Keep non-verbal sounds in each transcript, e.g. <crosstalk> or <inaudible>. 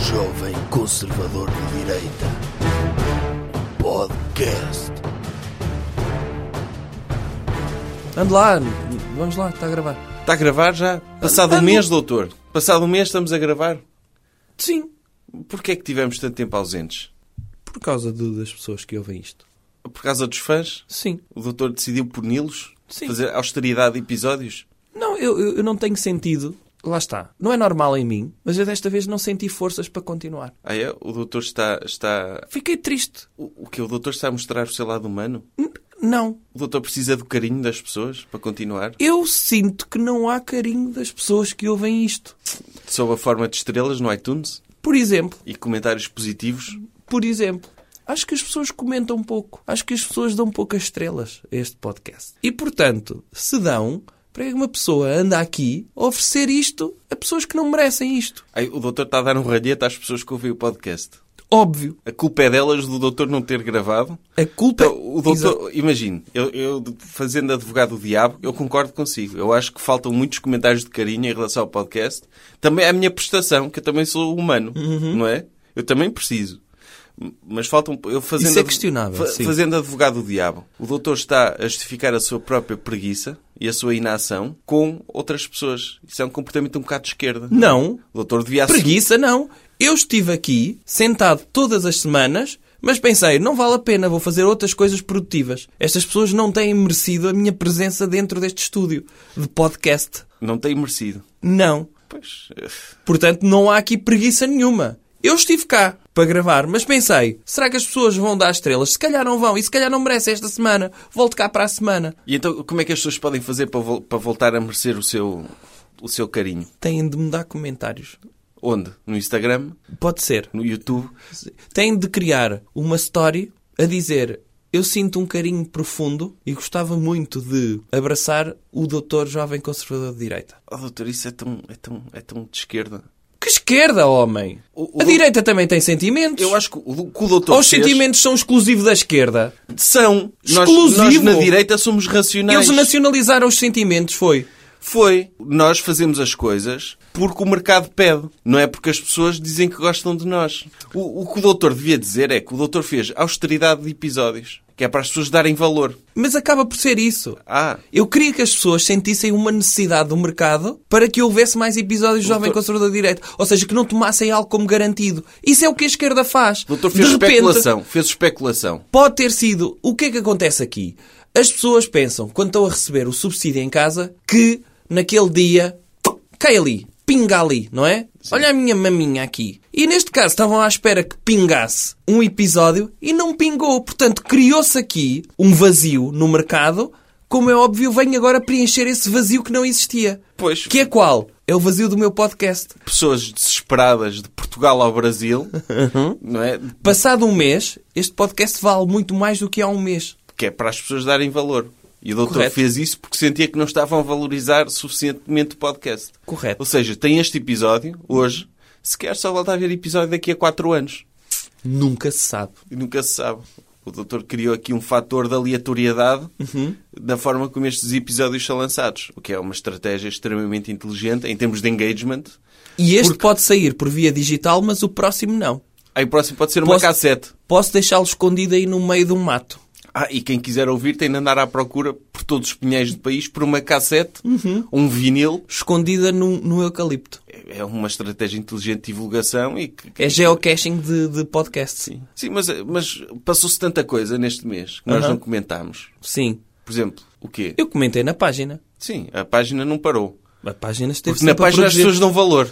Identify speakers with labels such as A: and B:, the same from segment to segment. A: Jovem Conservador de Direita. Podcast.
B: Ande lá, vamos lá, está a gravar.
C: Está a gravar já? Passado um
B: Ando.
C: mês, doutor? Passado um mês estamos a gravar?
B: Sim,
C: Porquê é que tivemos tanto tempo ausentes?
B: por causa de- das pessoas que ouvem isto.
C: Por causa dos fãs?
B: Sim.
C: O doutor decidiu puni-los?
B: Sim.
C: Fazer austeridade de episódios?
B: Não, eu, eu- eu não tenho sentido. Lá está. Não é normal em mim, mas eu desta vez não senti forças para continuar.
C: Ah é? O doutor está... está...
B: Fiquei triste.
C: O, o que O doutor está a mostrar o seu lado humano?
B: N- não.
C: O doutor precisa do carinho das pessoas para continuar?
B: Eu sinto que não há carinho das pessoas que ouvem isto.
C: Sob a forma de estrelas no iTunes?
B: Por exemplo,
C: E comentários positivos?
B: por exemplo, acho que as pessoas comentam pouco. Acho que as pessoas dão poucas estrelas a este podcast. E, portanto, se dão, para que uma pessoa anda aqui a oferecer isto a pessoas que não merecem isto?
C: Ai, o doutor está a dar um ralhete às pessoas que ouvem o podcast.
B: Óbvio.
C: A culpa é delas do doutor não ter gravado?
B: A culpa
C: Então, o
B: Exato.
C: doutor, imagine, eu, eu, fazendo advogado do diabo, eu concordo consigo. Eu acho que faltam muitos comentários de carinho em relação ao podcast. Também é a minha prestação, que eu também sou humano,
B: Uhum.
C: não é? Eu também preciso. Mas faltam. Eu fazendo
B: Isso é
C: adv-
B: questionável, sim.
C: Fazendo advogado do diabo. O doutor está a justificar a sua própria preguiça e a sua inação com outras pessoas. Isso é um comportamento um bocado de esquerda.
B: Não.
C: O doutor devia assumir.
B: Preguiça não. Eu estive aqui, sentado todas as semanas, mas pensei, não vale a pena, vou fazer outras coisas produtivas. Estas pessoas não têm merecido a minha presença dentro deste estúdio de podcast.
C: Não tem merecido.
B: Não.
C: Pois. eh,
B: Portanto, não há aqui preguiça nenhuma. Eu estive cá para gravar, mas pensei, será que as pessoas vão dar estrelas? Se calhar não vão e se calhar não merecem esta semana. Volto cá para a semana.
C: E então, como é que as pessoas podem fazer para, vol- para voltar a merecer o seu, o seu carinho?
B: Têm de mudar comentários.
C: Onde? No Instagram?
B: Pode ser.
C: No YouTube?
B: Tem de criar uma story a dizer eu sinto um carinho profundo e gostava muito de abraçar o doutor jovem conservador de direita.
C: Oh, doutor, isso é tão, é tão, é tão de esquerda.
B: Que esquerda, homem!
C: O- o
B: a
C: dou-
B: direita também tem sentimentos.
C: Eu acho que o, que o doutor
B: Ou os
C: fez
B: sentimentos são exclusivos da esquerda.
C: são... Nós, nós
B: Exclusivo.
C: na direita somos racionais.
B: Eles nacionalizaram os sentimentos, foi.
C: Foi. Nós fazemos as coisas porque o mercado pede. Não é porque as pessoas dizem que gostam de nós. O, o que o doutor devia dizer é que o doutor fez austeridade de episódios. Que é para as pessoas darem valor.
B: Mas acaba por ser isso.
C: Ah,
B: Eu queria que as pessoas sentissem uma necessidade do mercado para que houvesse mais episódios de Jovem Conservador Direito. Ou seja, que não tomassem algo como garantido. Isso é o que a esquerda faz.
C: o doutor fez
B: de repente,
C: especulação. Fez especulação.
B: Pode ter sido. O que é que acontece aqui? As pessoas pensam, quando estão a receber o subsídio em casa, que naquele dia cai ali, pinga ali, não é? Olha a minha maminha aqui. E neste caso estavam à espera que pingasse um episódio e não pingou. Portanto, criou-se aqui um vazio no mercado. Como é óbvio, venho agora preencher esse vazio que não existia.
C: Pois.
B: Que é qual? É o vazio do meu podcast.
C: pessoas desesperadas de Portugal ao Brasil,
B: Uhum.
C: não é?
B: Passado um mês, este podcast vale muito mais do que há um mês.
C: Que é para as pessoas darem valor. E o doutor
B: Correto.
C: fez isso porque sentia que não estavam a valorizar suficientemente o podcast.
B: Correto.
C: Ou seja, tem este episódio, hoje, se quer só voltar a ver episódio daqui a 4 anos.
B: Nunca se sabe.
C: E nunca se sabe. O doutor criou aqui um fator de aleatoriedade
B: Uhum.
C: da forma como estes episódios são lançados. O que é uma estratégia extremamente inteligente em termos de engagement.
B: E este pode sair por via digital, mas o próximo não.
C: Aí o próximo pode ser uma
B: Posso-
C: cassete.
B: Posso deixá-lo escondido aí no meio de um mato.
C: Ah, e quem quiser ouvir tem de andar à procura por todos os pinhais do país por uma cassete, um vinil.
B: Escondida no, no eucalipto.
C: É uma estratégia inteligente de divulgação e que...
B: É geocaching de, de podcast. Sim.
C: Sim, mas, mas passou-se tanta coisa neste mês que nós
B: Aham.
C: não comentámos. Por exemplo, o quê?
B: Eu comentei na página.
C: Sim, a página não parou.
B: A página esteve
C: Porque na
B: sempre a
C: página as
B: produzir.
C: pessoas dão valor.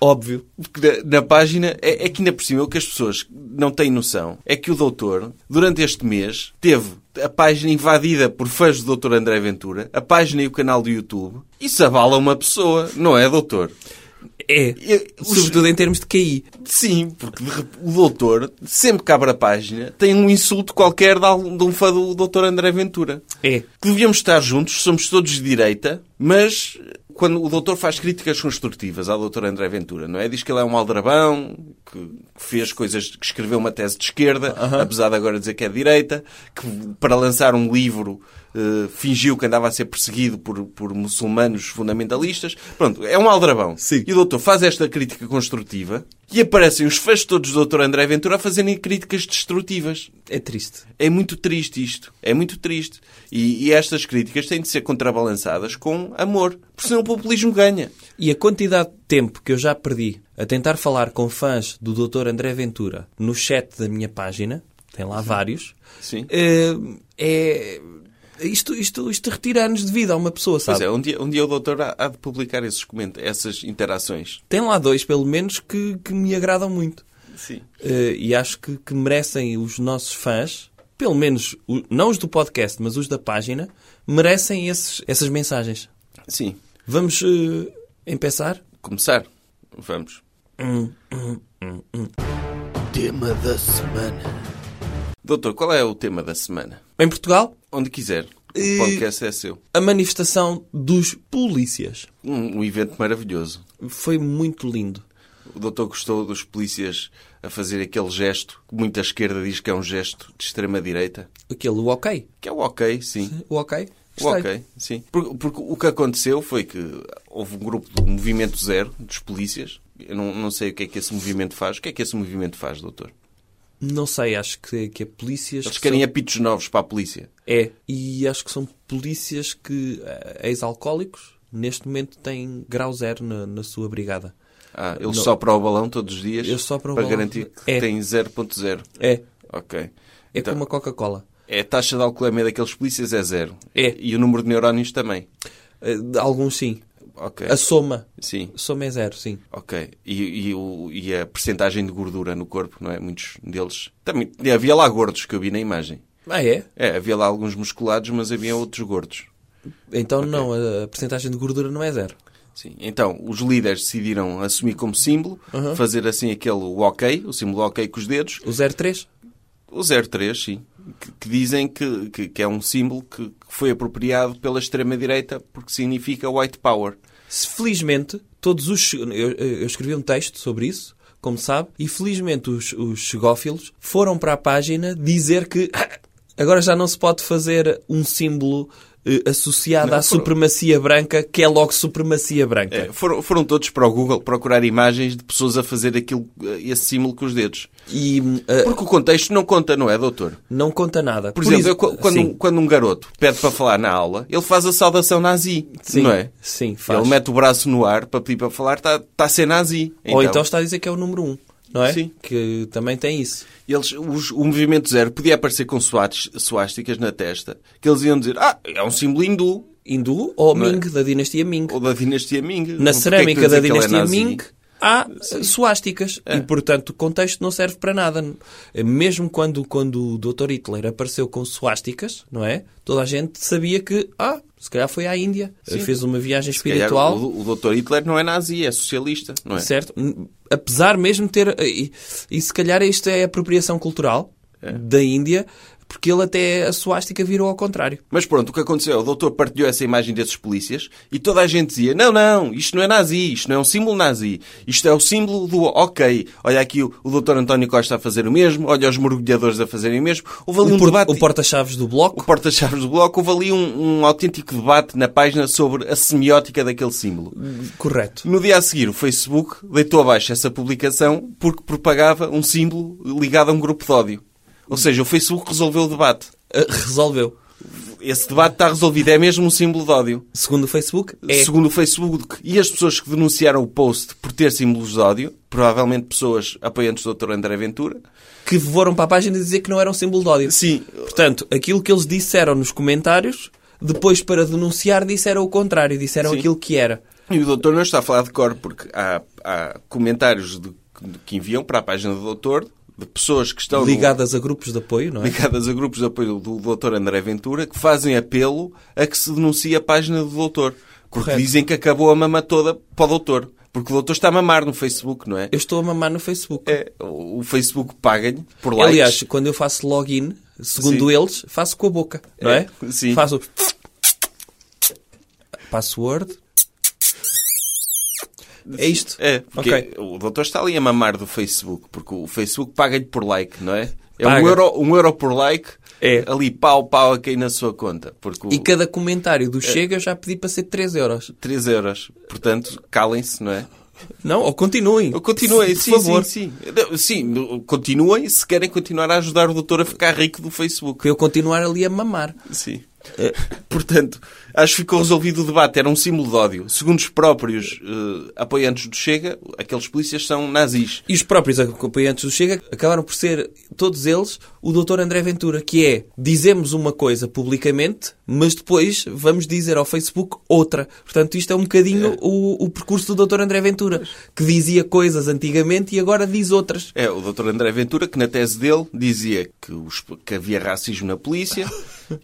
B: Óbvio.
C: Porque na, na página, é, é que ainda por cima, o que as pessoas não têm noção é que o doutor, durante este mês, teve a página invadida por fãs do doutor André Ventura, a página e o canal do YouTube. Isso abala uma pessoa, não é, doutor?
B: É.
C: E- os-
B: Sobretudo em termos de QI.
C: Sim, porque de rep- o doutor, sempre que abre a página, tem um insulto qualquer de, algum- de um fã do doutor André Ventura.
B: É.
C: Que devíamos estar juntos, somos todos de direita, mas quando o doutor faz críticas construtivas ao doutor André Ventura, não é? Diz que ele é um aldrabão, que que fez coisas, que escreveu uma tese de esquerda, apesar de agora dizer que é de direita, que para lançar um livro eh, eh, fingiu que andava a ser perseguido por, por muçulmanos fundamentalistas. Pronto, é um aldrabão.
B: Sim.
C: E o doutor faz esta crítica construtiva e aparecem os fãs todos do doutor André Ventura a fazerem críticas destrutivas.
B: É triste.
C: É muito triste isto. É muito triste. E, e estas críticas têm de ser contrabalançadas com amor. Porque senão o populismo ganha.
B: E a quantidade de tempo que eu já perdi a tentar falar com fãs do Dr. André Ventura no chat da minha página, tem lá vários,
C: Sim.
B: eh, é. Isto, isto, isto retira-nos de vida a uma pessoa,
C: Pois
B: sabe?
C: é, um dia, um dia o doutor há, há de publicar esses comentários, essas interações.
B: Tem lá dois, pelo menos, que, que me agradam muito.
C: Sim.
B: Eh, e acho que, que merecem os nossos fãs, pelo menos, o- não os do podcast, mas os da página, merecem esses, essas mensagens.
C: Sim.
B: Vamos eh, empezar?
C: Começar. Vamos.
A: Tema da semana.
C: Doutor, qual é o tema da semana?
B: Em Portugal,
C: Onde quiser.
B: Eh,
C: O podcast é seu.
B: a manifestação dos polícias.
C: Um, um evento maravilhoso.
B: Foi muito lindo.
C: O doutor gostou dos polícias a fazer aquele gesto que muita esquerda diz que é um gesto de extrema-direita.
B: Aquele, o ok.
C: Que é o ok, sim.
B: O ok.
C: O
B: Gostei.
C: ok, sim. Porque, porque o que aconteceu foi que houve um grupo do Movimento Zero, dos polícias. Eu não, não sei o que é que esse movimento faz. O que é que esse movimento faz, doutor?
B: Não sei, acho que, que é polícias...
C: Eles
B: que
C: querem
B: são-
C: apitos novos para a polícia.
B: É. E acho que são polícias que, eh, ex-alcoólicos, neste momento têm grau zero na, na sua brigada.
C: Ah, eles
B: Não.
C: sopram o balão todos os dias
B: Eles sopram o
C: para
B: balão.
C: garantir que
B: É.
C: tem 0.0.
B: É.
C: Ok.
B: É
C: Então,
B: como a Coca-Cola.
C: é a taxa de alcoolemia daqueles polícias é zero.
B: É.
C: E o número de neurónios também.
B: Eh, de Alguns sim.
C: Ok.
B: A soma.
C: Sim.
B: Soma é zero, sim.
C: Ok. E, e o- e a percentagem de gordura no corpo, não é? Muitos deles. Também, havia lá gordos que eu vi na imagem.
B: Ah, é?
C: É, havia lá alguns musculados, mas havia outros gordos.
B: Então não, a, a percentagem de gordura não é zero.
C: Sim. Então, os líderes decidiram assumir como símbolo, fazer assim aquele ok, o símbolo ok com os dedos,
B: O 03?
C: O 03, sim. Que, que dizem que, que, que é um símbolo que, que foi apropriado pela extrema-direita porque significa white power.
B: Se felizmente, todos os... Eu, eu escrevi um texto sobre isso, como sabe, e felizmente os, os chegófilos foram para a página dizer que <laughs> "Ah, agora já não se pode fazer um símbolo eh, associado à supremacia branca, que é logo supremacia branca.
C: É, foram, foram todos para o Google procurar imagens de pessoas a fazer aquilo, eh, esse símbolo com os dedos.
B: E eh,
C: Porque o contexto não conta, não é, doutor?
B: não conta nada.
C: Por, exemplo,
B: isso-
C: eu qu- quando, um-
B: Sim,
C: quando um garoto pede para falar na aula, ele faz a saudação nazi,
B: sim,
C: não é?
B: Sim, faz.
C: Ele mete o braço no ar para pedir para falar, está tá a ser nazi.
B: Ou então está a dizer que é o número 1, um, não é?
C: Sim.
B: Que também tem isso.
C: Eles, os- o movimento zero podia aparecer com swats- suásticas na testa, que eles iam dizer, ah, é um símbolo hindu,
B: Hindu ou
C: Não é?
B: Ming, da dinastia Ming.
C: ou da dinastia Ming. Porque é
B: Na
C: que
B: cerâmica
C: tu
B: da
C: dizes que ele é
B: dinastia
C: nazi? Ah, É.
B: Ming há eh, suásticas. E, portanto, o contexto não serve para nada. Eh, Mesmo quando, quando o Dr. Hitler apareceu com suásticas, não é? Toda a gente sabia que, ah, se calhar foi à Índia. Eh, Fez uma viagem
C: Se calhar
B: espiritual.
C: é, O, o doutor Hitler não é nazi, é socialista, não é?
B: Certo? N- Apesar mesmo de ter. eh, E, e se calhar isto é apropriação cultural
C: É.
B: da Índia, porque ele até a suástica virou ao contrário.
C: Mas pronto, o que aconteceu? é, O doutor partilhou essa imagem desses polícias e toda a gente dizia: não, não, isto não é nazi, isto não é um símbolo nazi, isto é o símbolo do ok. Olha aqui o, o doutor António Costa a fazer o mesmo, olha os mergulhadores a fazerem o mesmo. Houve ali
B: O,
C: um
B: por-
C: debate.
B: o porta-chaves do
C: o
B: bloco.
C: porta-chaves do bloco, houve ali um, um autêntico debate na página sobre a semiótica daquele símbolo.
B: Correto.
C: No dia a seguir, o Facebook deitou abaixo essa publicação porque propagava um símbolo ligado a um grupo de ódio. Ou seja, o Facebook resolveu o debate.
B: Eh, Resolveu.
C: Esse debate está resolvido, é mesmo um símbolo de ódio.
B: Segundo o Facebook, é.
C: Segundo o Facebook, e as pessoas que denunciaram o post por ter símbolos de ódio, provavelmente pessoas apoiantes do Dr. André Ventura,
B: que foram para a página dizer que não era um símbolo de ódio.
C: Sim.
B: Portanto, aquilo que eles disseram nos comentários, depois para denunciar, disseram o contrário, disseram
C: Sim.
B: aquilo que era.
C: E o doutor não está a falar de cor, porque há, há comentários de- que enviam para a página do doutor de pessoas que estão no-
B: Ligadas a grupos de apoio, não é?
C: ligadas a grupos de apoio do doutor André Ventura que fazem apelo a que se denuncie a página do doutor. Porque
B: Correto.
C: dizem que acabou a mama toda para o doutor. Porque o doutor está a mamar no Facebook, não é?
B: Eu estou a mamar no Facebook.
C: É, o o Facebook paga-lhe por likes.
B: Aliás, quando eu faço login, segundo
C: Sim.
B: eles, faço com a boca, não é?
C: É, sim.
B: Faço o- password. É isto?
C: É, porque
B: Ok.
C: o doutor está ali a mamar do Facebook, porque o Facebook paga-lhe por like, não é? É
B: Paga.
C: um euro, um euro por like,
B: É.
C: ali pau, pau a cair na sua conta. Porque o... É.
B: E cada comentário do Chega eu já pedi para ser 3 euros.
C: 3 euros. Portanto, calem-se, não é?
B: Não, ou continuem.
C: Continuem,
B: por
C: sim,
B: favor.
C: sim, sim. Não, Sim, continuem se querem continuar a ajudar o doutor a ficar rico do Facebook.
B: Para eu continuar ali a mamar.
C: Sim. Eh, Portanto, acho que ficou resolvido o debate. Era um símbolo de ódio. Segundo os próprios eh, apoiantes do Chega, aqueles polícias são nazis.
B: E os próprios acompanhantes do Chega acabaram por ser, todos eles, o Dr. André Ventura, que é dizemos uma coisa publicamente, mas depois vamos dizer ao Facebook outra. Portanto, isto é um bocadinho o, o percurso do Dr. André Ventura, que dizia coisas antigamente e agora diz outras.
C: É o Dr. André Ventura que, na tese dele, dizia que, os- que havia racismo na polícia,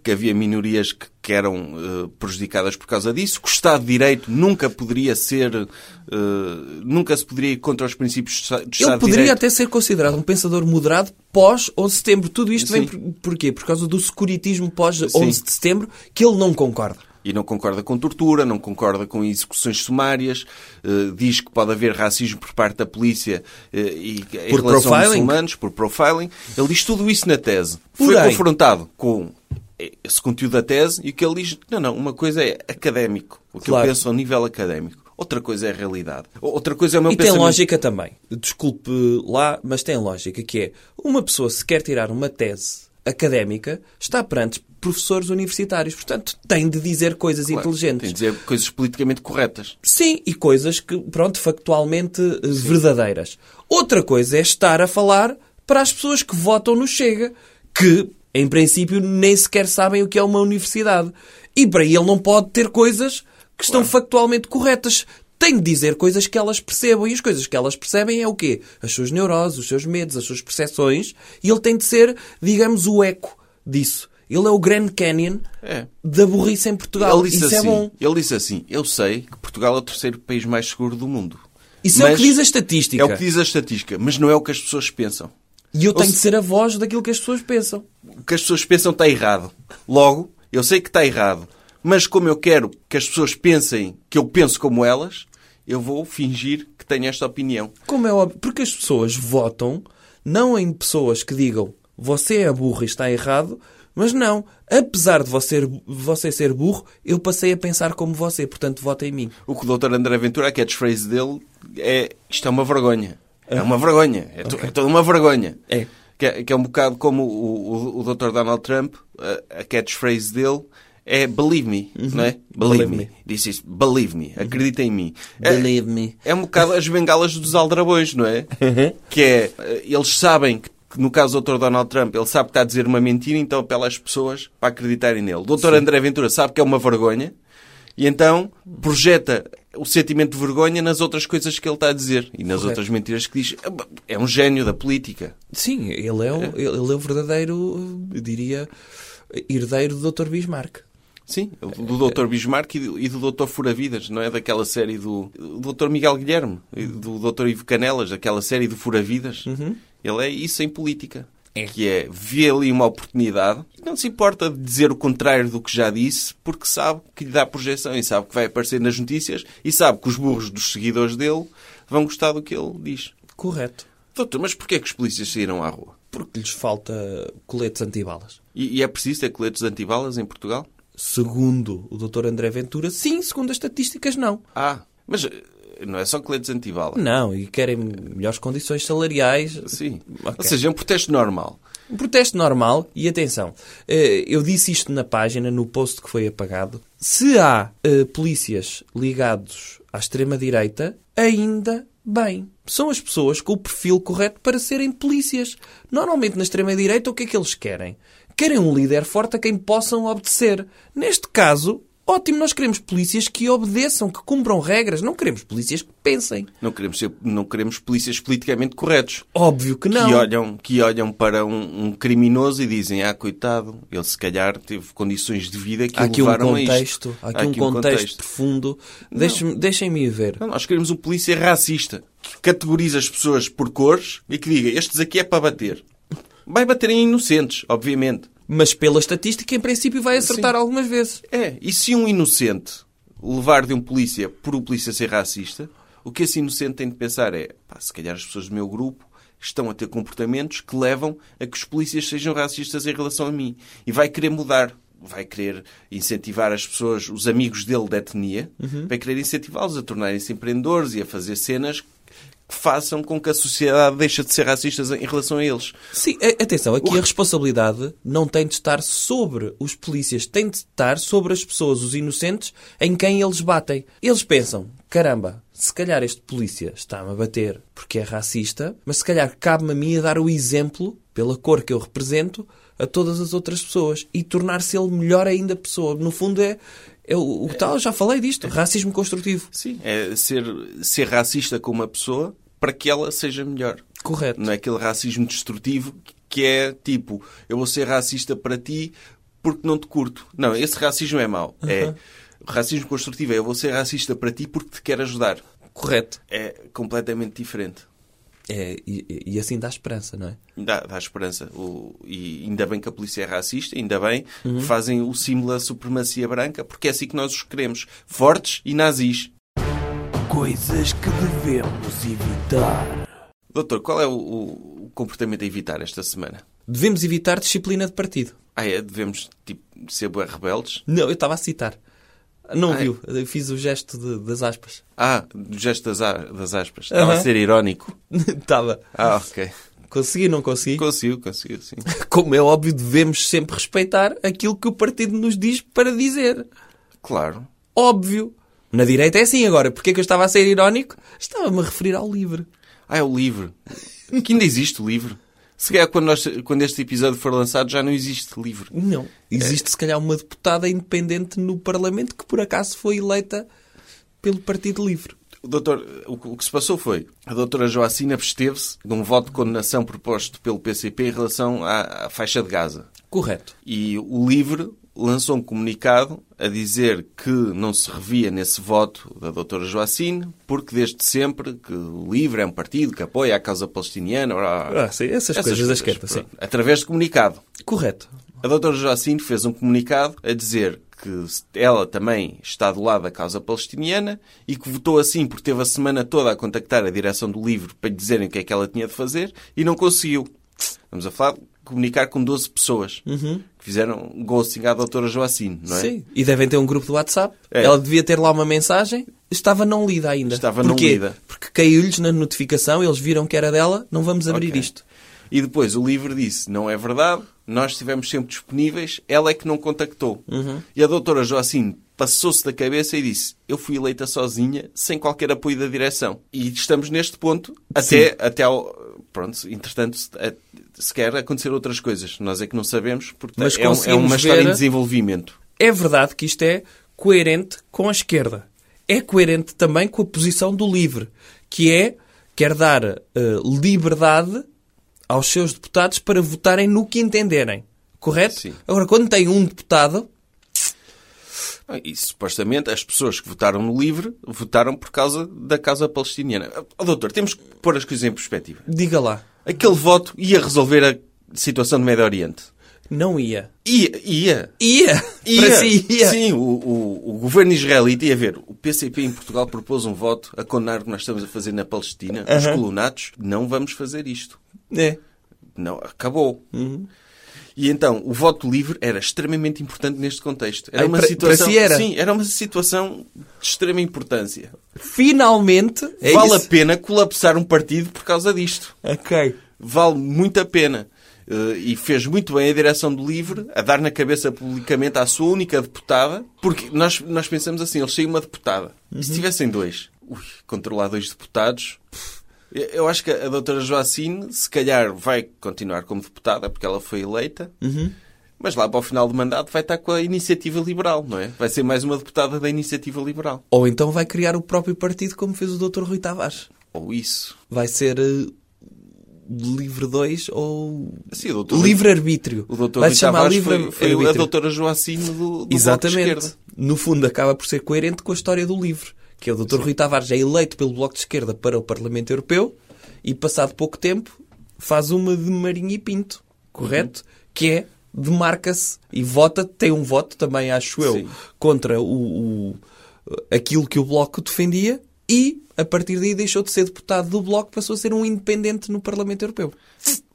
C: que havia minorias que, que eram eh, prejudicadas por causa disso, que o Estado de Direito nunca poderia ser. eh, nunca se poderia ir contra os princípios do Esta- do Estado
B: Ele poderia
C: de Direito.
B: até ser considerado um pensador moderado pós 11 de setembro. Tudo isto vem por,
C: Sim.
B: porquê? Por causa do securitismo pós 11 de setembro, que ele não concorda.
C: E não concorda com tortura, não concorda com execuções sumárias, eh, diz que pode haver racismo por parte da polícia eh, e em
B: Por
C: relação a
B: profiling?
C: muçulmanos, por profiling. Ele diz tudo isso na tese. Foi
B: Porém-
C: confrontado com eh, esse conteúdo da tese e o que ele diz, não, não, uma coisa é académico, o que
B: Claro.
C: eu penso ao nível académico. Outra coisa é a realidade. Outra coisa é o meu
B: E tem
C: pensamento.
B: lógica também. Desculpe lá, mas tem lógica que é uma pessoa se quer tirar uma tese académica está perante professores universitários. Portanto, tem de dizer coisas
C: Claro, Tem
B: inteligentes.
C: de dizer coisas politicamente corretas.
B: Sim, e coisas que, pronto, factualmente eh, verdadeiras. Outra coisa é estar a falar para as pessoas que votam no Chega, que, em princípio, nem sequer sabem o que é uma universidade. E para ele não pode ter coisas que estão factualmente corretas. Tem de dizer coisas que elas percebam. E as coisas que elas percebem é o quê? As suas neuroses, os seus medos, as suas percepções. E ele tem de ser, digamos, o eco disso. Ele é o Grand Canyon
C: É.
B: da burrice em Portugal.
C: Ele disse,
B: Isso é
C: assim,
B: bom.
C: ele disse assim: Eu sei que Portugal é o terceiro país mais seguro do mundo.
B: Isso é o
C: Mas
B: que diz a estatística.
C: É o que diz a estatística, mas não é o que as pessoas pensam.
B: E eu tenho
C: se-
B: de ser a voz daquilo que as pessoas pensam.
C: O que as pessoas pensam está errado. Logo, eu sei que está errado, mas como eu quero que as pessoas pensem que eu penso como elas, eu vou fingir que tenho esta opinião.
B: Como é óbvio. Porque as pessoas votam não em pessoas que digam você é burro e está errado, mas não. Apesar de você, você ser burro, eu passei a pensar como você, portanto vota em mim.
C: O que o Dr. André Ventura, a catchphrase dele, é isto é uma vergonha. É uma vergonha. É, to- é toda uma vergonha.
B: É.
C: Que é, que é um bocado como o, o, o Dr. Donald Trump, a, a catchphrase dele é believe me, não é? Believe,
B: Uhum. Believe
C: me.
B: me.
C: Disse isso, believe me, acredita em mim. É-
B: Believe me.
C: É um bocado as bengalas dos aldrabões, não é? Que é, eh, eles sabem que, que no caso do Dr. Donald Trump, ele sabe que está a dizer uma mentira, então apela às pessoas para acreditarem nele. O Dr. André Ventura sabe que é uma vergonha e então projeta o sentimento de vergonha nas outras coisas que ele está a dizer e nas outras mentiras que diz. É um gênio da política.
B: Sim, ele é o, ele é o verdadeiro, eu diria, herdeiro do Dr. Bismarck.
C: Sim, do Dr. Bismarck e do, e do Dr. Furavidas, não é? Daquela série do, do Dr. Miguel Guilherme, e do Dr. Ivo Canelas, daquela série do Furavidas. Ele é isso em política. Que é, vê ali uma oportunidade e não se importa de dizer o contrário do que já disse, porque sabe que lhe dá projeção e sabe que vai aparecer nas notícias e sabe que os burros dos seguidores dele vão gostar do que ele diz.
B: Correto.
C: Doutor, mas porquê é que os polícias saíram à rua?
B: Porque lhes falta coletes antibalas.
C: E, e é preciso ter coletes antibalas em Portugal?
B: Segundo o Dr. André Ventura, sim, segundo as estatísticas, não.
C: Ah, mas eh, não é só coletes antibalas.
B: Não, e querem melhores condições salariais.
C: Sim.
B: Ok.
C: Ou seja, é um protesto normal.
B: Um protesto normal, e atenção, eh, eu disse isto na página, no post que foi apagado. Se há eh, polícias ligados à extrema-direita, ainda bem. São as pessoas com o perfil correto para serem polícias. Normalmente, na extrema-direita, o que é que eles querem? Querem um líder forte a quem possam obedecer. Neste caso, ótimo, nós queremos polícias que obedeçam, que cumpram regras. Não queremos polícias que pensem.
C: Não queremos, ser- não queremos polícias politicamente corretos.
B: Óbvio que não.
C: Que olham, que olham para um, um criminoso e dizem, ah, coitado, ele se calhar teve condições de vida que
B: Há
C: o
B: aqui um
C: levaram a isto.
B: contexto, há aqui um contexto profundo. Deixem-me deixem-me ir ver.
C: Não, nós queremos um polícia racista, que categoriza as pessoas por cores e que diga, estes aqui é para bater. Vai bater em inocentes, obviamente.
B: Mas pela estatística, em princípio, vai acertar
C: Sim.
B: algumas vezes.
C: É, e se um inocente levar de um polícia por o polícia um ser racista, O que esse inocente tem de pensar é, pá, se calhar as pessoas do meu grupo estão a ter comportamentos que levam a que os polícias sejam racistas em relação a mim. E vai querer mudar. Vai querer incentivar as pessoas, os amigos dele da etnia, vai querer incentivá-los a tornarem-se empreendedores e a fazer cenas que façam com que a sociedade deixe de ser racistas em relação a eles.
B: Sim, a- atenção, aqui a responsabilidade não tem de estar sobre os polícias, tem de estar sobre as pessoas, os inocentes, em quem eles batem. Eles pensam, caramba, se calhar este polícia está-me a bater porque é racista, mas se calhar cabe-me a mim a dar o exemplo, pela cor que eu represento, a todas as outras pessoas e tornar-se ele melhor ainda pessoa. No fundo é, é o, o tal, eu já falei disto, racismo construtivo.
C: Sim. É ser, ser racista com uma pessoa para que ela seja melhor.
B: Correto.
C: Não é aquele racismo destrutivo que é tipo, eu vou ser racista para ti porque não te curto. Não, esse racismo é mau. É, o racismo construtivo é eu vou ser racista para ti porque te quero ajudar.
B: Correto.
C: É completamente diferente.
B: É, e, e- e assim dá esperança, não é?
C: Dá, dá esperança. O- e ainda bem que a polícia é racista, ainda bem que fazem o símbolo da supremacia branca, porque é assim que nós os queremos. Fortes e nazis.
A: Coisas que devemos evitar.
C: Doutor, qual é o, o- o comportamento a evitar esta semana?
B: Devemos evitar disciplina de partido.
C: Ah, é? Devemos tipo, ser bué rebeldes?
B: Não, eu estava a citar. Não
C: Ah, é?
B: viu? Eu fiz o gesto de- das aspas. <laughs>
C: Ah, do gesto das, a- das aspas. Estava a
B: Aham.
C: ser irónico.
B: Estava.
C: Ah, ok.
B: Consegui, não consegui.
C: Consigo, consigo, sim.
B: Como é óbvio, devemos sempre respeitar aquilo que o partido nos diz para dizer.
C: Claro.
B: Óbvio. Na direita é assim agora. Porquê que eu estava a ser irónico? Estava-me a referir ao livre.
C: Ah, é o livro. Que ainda existe o livro. Se calhar quando, nós- quando este episódio for lançado já não existe livro.
B: Não. Existe, se calhar, uma deputada independente no Parlamento que, por acaso, foi eleita pelo Partido Livre.
C: O, doutor, o, que- o que se passou foi a doutora Joacina absteve-se de um voto de condenação proposto pelo PCP em relação à- à faixa de Gaza.
B: Correto.
C: E o LIVRE lançou um comunicado a dizer que não se revia nesse voto da doutora Joacine, porque desde sempre que o LIVRE é um partido que apoia a causa palestiniana. blá, blá, blá.
B: Ah, sim, essas coisas da esquerda, sim.
C: pronto. Através de comunicado.
B: Correto.
C: A doutora Joacine fez um comunicado a dizer que ela também está do lado da causa palestiniana e que votou assim porque teve a semana toda a contactar a direção do livro para lhe dizerem o que é que ela tinha de fazer e não conseguiu. Estamos a falar de comunicar com 12 pessoas que fizeram ghosting à doutora Joacine, não é?
B: Sim. E devem ter um grupo do WhatsApp.
C: É.
B: Ela devia ter lá uma mensagem. Estava não lida ainda.
C: Estava não
B: Porquê?
C: lida.
B: Porque caiu-lhes na notificação, eles viram que era dela, não vamos abrir
C: Ok.
B: isto.
C: E depois o livro disse, não é verdade, nós estivemos sempre disponíveis, ela é que não contactou.
B: Uhum.
C: E a doutora Joacine passou-se da cabeça e disse, eu fui eleita sozinha, sem qualquer apoio da direção. E estamos neste ponto, até, até ao... Pronto, entretanto, se- a- sequer acontecer outras coisas. Nós é que não sabemos, porque
B: Mas
C: é, um- é
B: conseguimos
C: uma história
B: ver-
C: em desenvolvimento.
B: É verdade que isto é coerente com a esquerda. É coerente também com a posição do LIVRE, que é quer dar eh, liberdade aos seus deputados para votarem no que entenderem. Correto?
C: Sim.
B: Agora, quando tem um deputado,
C: Ah, E supostamente as pessoas que votaram no livre votaram por causa da causa palestiniana. Oh, doutor, temos que pôr as coisas em perspectiva.
B: diga lá,
C: Aquele voto ia resolver a situação do Médio Oriente.
B: não ia.
C: Ia, ia.
B: Ia!
C: Ia.
B: Para si, ia!
C: Sim, o, o- o governo israelita ia ver. O PCP em Portugal propôs um voto a condenar o que nós estamos a fazer na Palestina, os colonatos. Não vamos fazer isto.
B: É.
C: Não, acabou.
B: Uhum.
C: E então, o voto livre era extremamente importante neste contexto. Era
B: Ai,
C: uma
B: para-
C: situação,
B: para si era.
C: Sim, era uma situação de extrema importância.
B: Finalmente, é
C: vale
B: isso.
C: a pena colapsar um partido por causa disto.
B: Ok.
C: vale muito a pena. Eh, e fez muito bem a direção do Livre a dar na cabeça publicamente à sua única deputada, porque nós, nós pensamos assim: eles têm uma deputada. E
B: Uhum.
C: se tivessem dois, ui, controlar dois deputados. pff, eu- Eu acho que a doutora Joacine, se calhar, vai continuar como deputada, porque ela foi eleita,
B: Uhum.
C: mas lá para o final do mandato vai estar com a iniciativa liberal, não é? Vai ser mais uma deputada da iniciativa liberal.
B: Ou então vai criar o próprio partido, como fez o Dr. Rui Tavares.
C: Ou isso.
B: Vai ser eh, Livre 2 ou
C: Assim, o doutor-
B: Livre-arbítrio.
C: O doutor
B: Vai
C: Rui
B: se chamar
C: Tavares
B: livre
C: foi, foi é a doutora Joacine do, do Bloco de
B: Exatamente.
C: Esquerda.
B: No fundo, acaba por ser coerente com a história do Livre. Que é o Dr. Rui Tavares é eleito pelo Bloco de Esquerda para o Parlamento Europeu e, passado pouco tempo, faz uma de Marinho e Pinto. Correto?
C: Uhum.
B: Que é demarca-se e vota, tem um voto também, acho eu,
C: Sim.
B: contra o, o- aquilo que o Bloco defendia e, a partir daí, deixou de ser deputado do Bloco, passou a ser um independente no Parlamento Europeu.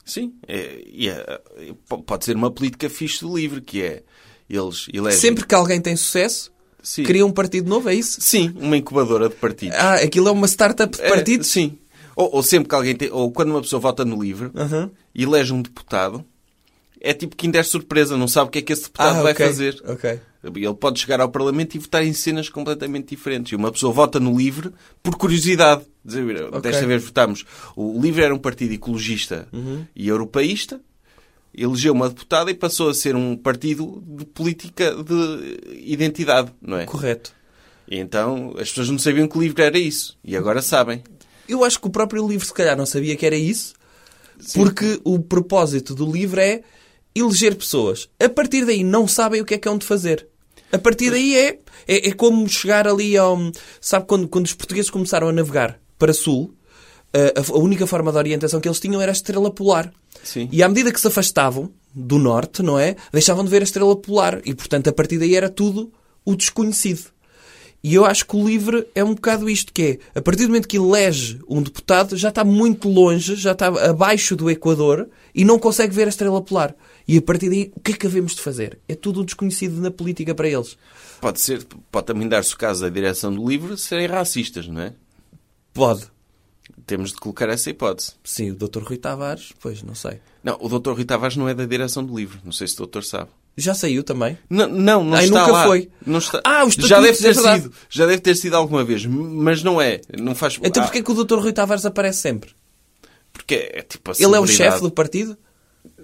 C: Sim. É, e é- po- pode ser uma política fixe do livre, que é eles elegem...
B: Sempre que alguém tem sucesso,
C: É, Sim.
B: cria um partido novo, é isso?
C: Sim, uma incubadora de partidos.
B: Ah, aquilo é uma startup de
C: É,
B: partidos?
C: sim. Ou, ou sempre que alguém tem, ou quando uma pessoa vota no livro
B: Aham.
C: e elege um deputado, é tipo quem der surpresa, não sabe o que é que esse deputado vai
B: Ah, ok,
C: fazer.
B: ok.
C: Ele pode chegar ao Parlamento e votar em cenas completamente diferentes. E uma pessoa vota no Livre por curiosidade. Dizer, "Mira,
B: Ok.
C: Desta vez votámos. O Livre era um partido ecologista
B: Uhum.
C: e europeísta. Elegeu uma deputada e passou a ser um partido de política de identidade, não é?
B: Correto.
C: E então as pessoas não sabiam que o Livre era isso. E agora sabem.
B: Eu acho que o próprio livro, se calhar, não sabia que era isso, porque o propósito do livro é eleger pessoas. A partir daí, não sabem o que é que hão de fazer. A partir daí é, é, é como chegar ali ao. Sabe quando, quando os portugueses começaram a navegar para sul, eh, a, a- a única forma de orientação que eles tinham era a estrela polar.
C: Sim.
B: E à medida que se afastavam do norte, não é? Deixavam de ver a estrela polar. E portanto, a partir daí era tudo o desconhecido. E eu acho que o LIVRE é um bocado isto que é, a partir do momento que elege um deputado, já está muito longe, já está abaixo do Equador e não consegue ver a estrela polar. E a partir daí, o que é que havemos de fazer? É tudo um desconhecido na política para eles.
C: Pode ser, pode também dar-se o caso da direção do Livre serem racistas, não é?
B: Pode.
C: Temos de colocar essa hipótese.
B: Sim, o Dr. Rui Tavares, pois, não sei.
C: Não, o Dr. Rui Tavares não é da direção do Livre. Não sei se o doutor sabe.
B: Já saiu também.
C: Não, não, não
B: Ai,
C: está
B: nunca
C: lá.
B: foi.
C: Não está...
B: Ah, os
C: já deve
B: estatutos, é
C: ter
B: verdade.
C: sido, já deve ter sido alguma vez, mas não é, não faz.
B: Então
C: Ah,
B: porquê que o Dr. Rui Tavares aparece sempre?
C: porque é tipo a
B: Ele é o
C: celebridade.
B: chefe do partido?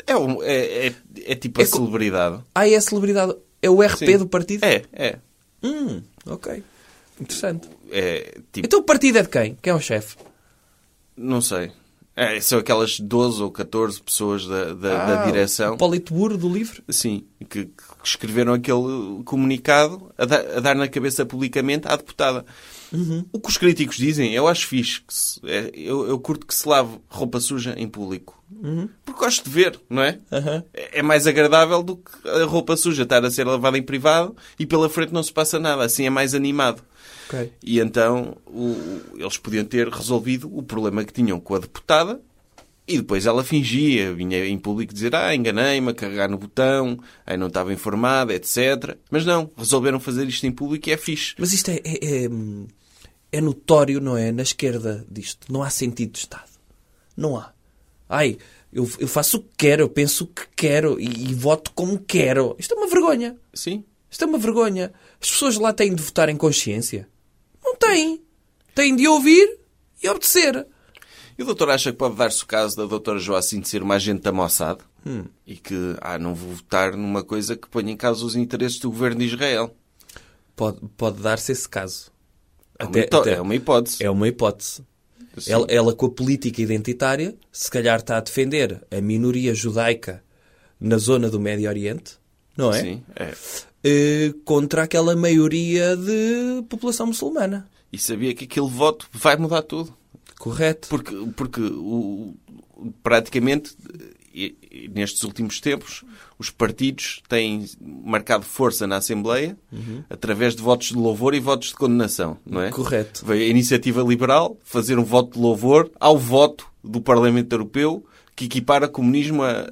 C: é, um- é, é, é tipo a
B: É co-
C: celebridade.
B: Ah, é a celebridade. É o RP
C: Sim.
B: do partido?
C: É, é,
B: Hum, ok. Interessante.
C: é tipo,
B: Então o partido é de quem? Quem é o chefe? Então-
C: não sei. É, são aquelas 12 ou 14 pessoas da, da, da
B: Ah,
C: direção.
B: O Politburo do livro?
C: Sim, que, que escreveram aquele comunicado a, da- a dar na cabeça publicamente à deputada. O que os críticos dizem, eu acho fixe. Que se- é, eu, eu curto que se lave roupa suja em público. Porque gosto de ver, não é?
B: Aham.
C: É é mais agradável do que a roupa suja estar a ser lavada em privado e pela frente não se passa nada. Assim é mais animado.
B: Ok.
C: E então o- o- eles podiam ter resolvido o problema que tinham com a deputada e depois ela fingia, vinha em público dizer ah, enganei-me a carregar no botão, aí não estava informada, etc. Mas não, resolveram fazer isto em público e é fixe.
B: Mas isto é, é, é, hum, é notório, não é? Na esquerda disto. Não há sentido de Estado. Não há. Ai, eu, eu faço o que quero, eu penso o que quero e, e voto como quero. Isto é uma vergonha.
C: Sim,
B: Isto é uma vergonha. As pessoas lá têm de votar em consciência. Não têm. Têm de ouvir e obedecer.
C: E o doutor acha que pode dar-se o caso da doutora Joacine ser uma agente da Mossad
B: Hum.
C: e que, ah, não vou votar numa coisa que ponha em causa os interesses do governo de Israel.
B: Pode, pode dar-se esse caso.
C: É uma,
B: Até-
C: hipó-
B: até-
C: é uma hipótese.
B: É uma hipótese.
C: Sim.
B: Ela, ela, com a política identitária, se calhar está a defender a minoria judaica na zona do Médio Oriente, não é?
C: Sim, é.
B: Eh, contra aquela maioria de população muçulmana.
C: E sabia que aquele voto vai mudar tudo.
B: Correto?
C: Porque, porque o, o- praticamente, e- e nestes últimos tempos, os partidos têm marcado força na Assembleia
B: Uhum.
C: através de votos de louvor e votos de condenação, não é?
B: Correto.
C: Veio a iniciativa liberal fazer um voto de louvor ao voto do Parlamento Europeu que equipara comunismo a,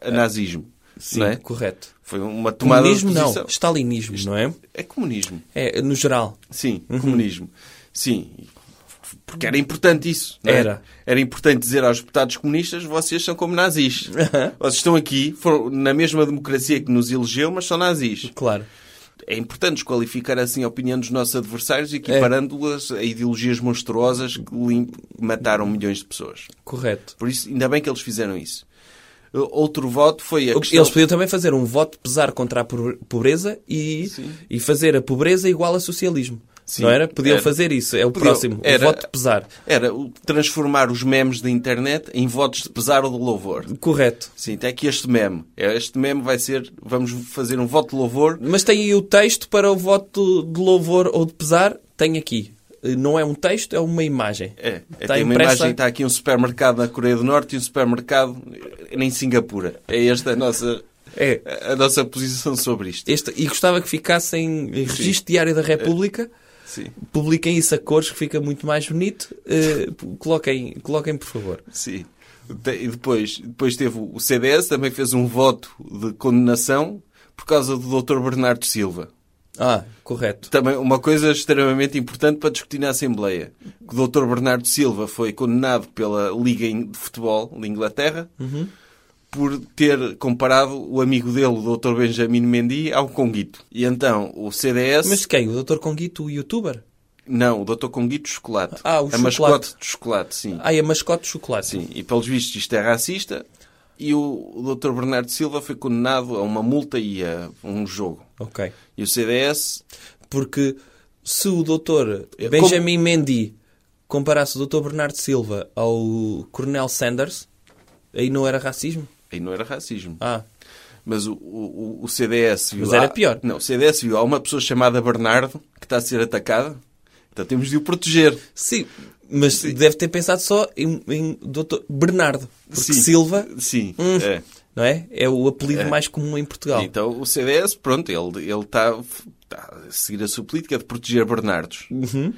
C: a nazismo.
B: É. Sim,
C: não é?
B: correto.
C: Foi uma tomada
B: Comunismo
C: de
B: não,
C: posição.
B: stalinismo, não é?
C: É comunismo.
B: É, no geral.
C: Sim,
B: Uhum.
C: comunismo. Sim. Porque era importante isso. não é?
B: Era.
C: Era importante dizer aos deputados comunistas vocês são como
B: <laughs>
C: nazis. Vocês estão aqui, foram na mesma democracia que nos elegeu, mas são nazis.
B: Claro.
C: É importante desqualificar assim a opinião dos nossos adversários, equiparando-as a ideologias monstruosas que lim- mataram milhões de pessoas.
B: Correto.
C: Por isso, ainda bem que eles fizeram isso. Uh, Outro voto foi a questão...
B: Eles podiam também fazer um voto pesar contra a pobre- pobreza e,
C: Sim.
B: e fazer a pobreza igual a socialismo.
C: Sim,
B: não era? Podiam
C: era.
B: fazer isso. É o
C: Podiam.
B: próximo.
C: Era.
B: O voto pesar.
C: Era o- transformar os memes da internet em votos de pesar ou de louvor.
B: Correto.
C: Sim, tem aqui este meme. É, Este meme vai ser... Vamos fazer um voto de louvor.
B: Mas tem aí o texto para o voto de louvor ou de pesar? Tem aqui. Eh, Não é um texto, é uma imagem.
C: É, é,
B: Está
C: tem uma
B: Tá impressa-
C: imagem, está aqui um supermercado na Coreia do Norte e um supermercado em Singapura. É esta a nossa,
B: É.
C: a- a nossa posição sobre isto. É.
B: Este- e gostava que ficasse em registro diário da República
C: Sim.
B: Publiquem isso a cores que fica muito mais bonito. Eh, p- coloquem, coloquem, por favor.
C: Sim. Te- E depois, depois teve o o CDS, também fez um voto de condenação por causa do Dr. Bernardo Silva.
B: Ah, correto.
C: Também uma coisa extremamente importante para discutir na Assembleia. Que o Dr. Bernardo Silva foi condenado pela Liga In- de Futebol de Inglaterra
B: Uhum.
C: por ter comparado o amigo dele, o Dr. Benjamin Mendy, ao Conguito. E então o CDS...
B: Mas quem? O Dr. Conguito, o youtuber?
C: Não, o Dr. Conguito Chocolate.
B: Ah, o
C: a
B: chocolate.
C: mascote de chocolate, sim.
B: Ah, é mascote de chocolate.
C: Sim, e pelos vistos isto é racista. E o o Dr. Bernardo Silva foi condenado a uma multa e a um jogo.
B: Ok.
C: E o CDS,
B: Porque se o doutor
C: É,
B: Benjamin Mendy comparasse o doutor Bernardo Silva ao Coronel Sanders, aí não era racismo?
C: aí não era racismo.
B: Ah,
C: Mas o, o, o CDS viu.
B: Mas era
C: lá-
B: pior.
C: Não, o CDS viu. Há uma pessoa chamada Bernardo que está a ser atacada. Então temos de o proteger.
B: sim. Mas deve ter pensado só em, em doutor Bernardo. Porque
C: Sim.
B: Silva,
C: Sim.
B: Hum.
C: é.
B: não é? É o apelido mais comum em Portugal.
C: Então o CDS, pronto, ele ele está está a seguir a sua política de proteger Bernardos.
B: Uhum.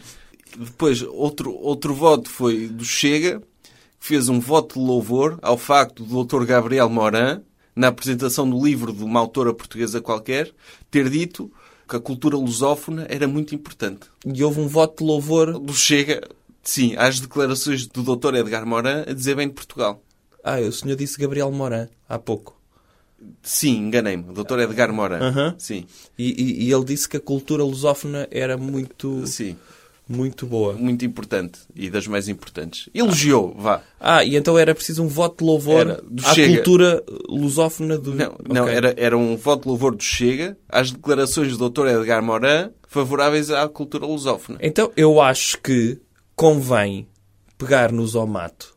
C: Depois, outro, outro voto foi do Chega, que fez um voto de louvor ao facto do Dr. Gabriel Morin, na apresentação do livro de uma autora portuguesa qualquer, ter dito que a cultura lusófona era muito importante.
B: E houve um voto de louvor.
C: Do Chega, sim, às declarações do Dr. Edgar Morin a dizer bem de Portugal.
B: Ah, o senhor disse Gabriel Moran há pouco.
C: Sim, enganei-me. Dr. Edgar Morin.
B: Aham.
C: Sim,
B: E, e- e ele disse que a cultura lusófona era muito,
C: sim.
B: muito boa.
C: Muito importante. E das mais importantes. Elogiou, vá.
B: Ah, e então era preciso um voto de louvor
C: Era, do
B: à
C: Chega.
B: cultura lusófona do...
C: Não, não
B: Ok.
C: era, era um voto de louvor do Chega às declarações do Dr. Edgar Morin favoráveis à cultura lusófona.
B: Então eu acho que convém pegar no Zomato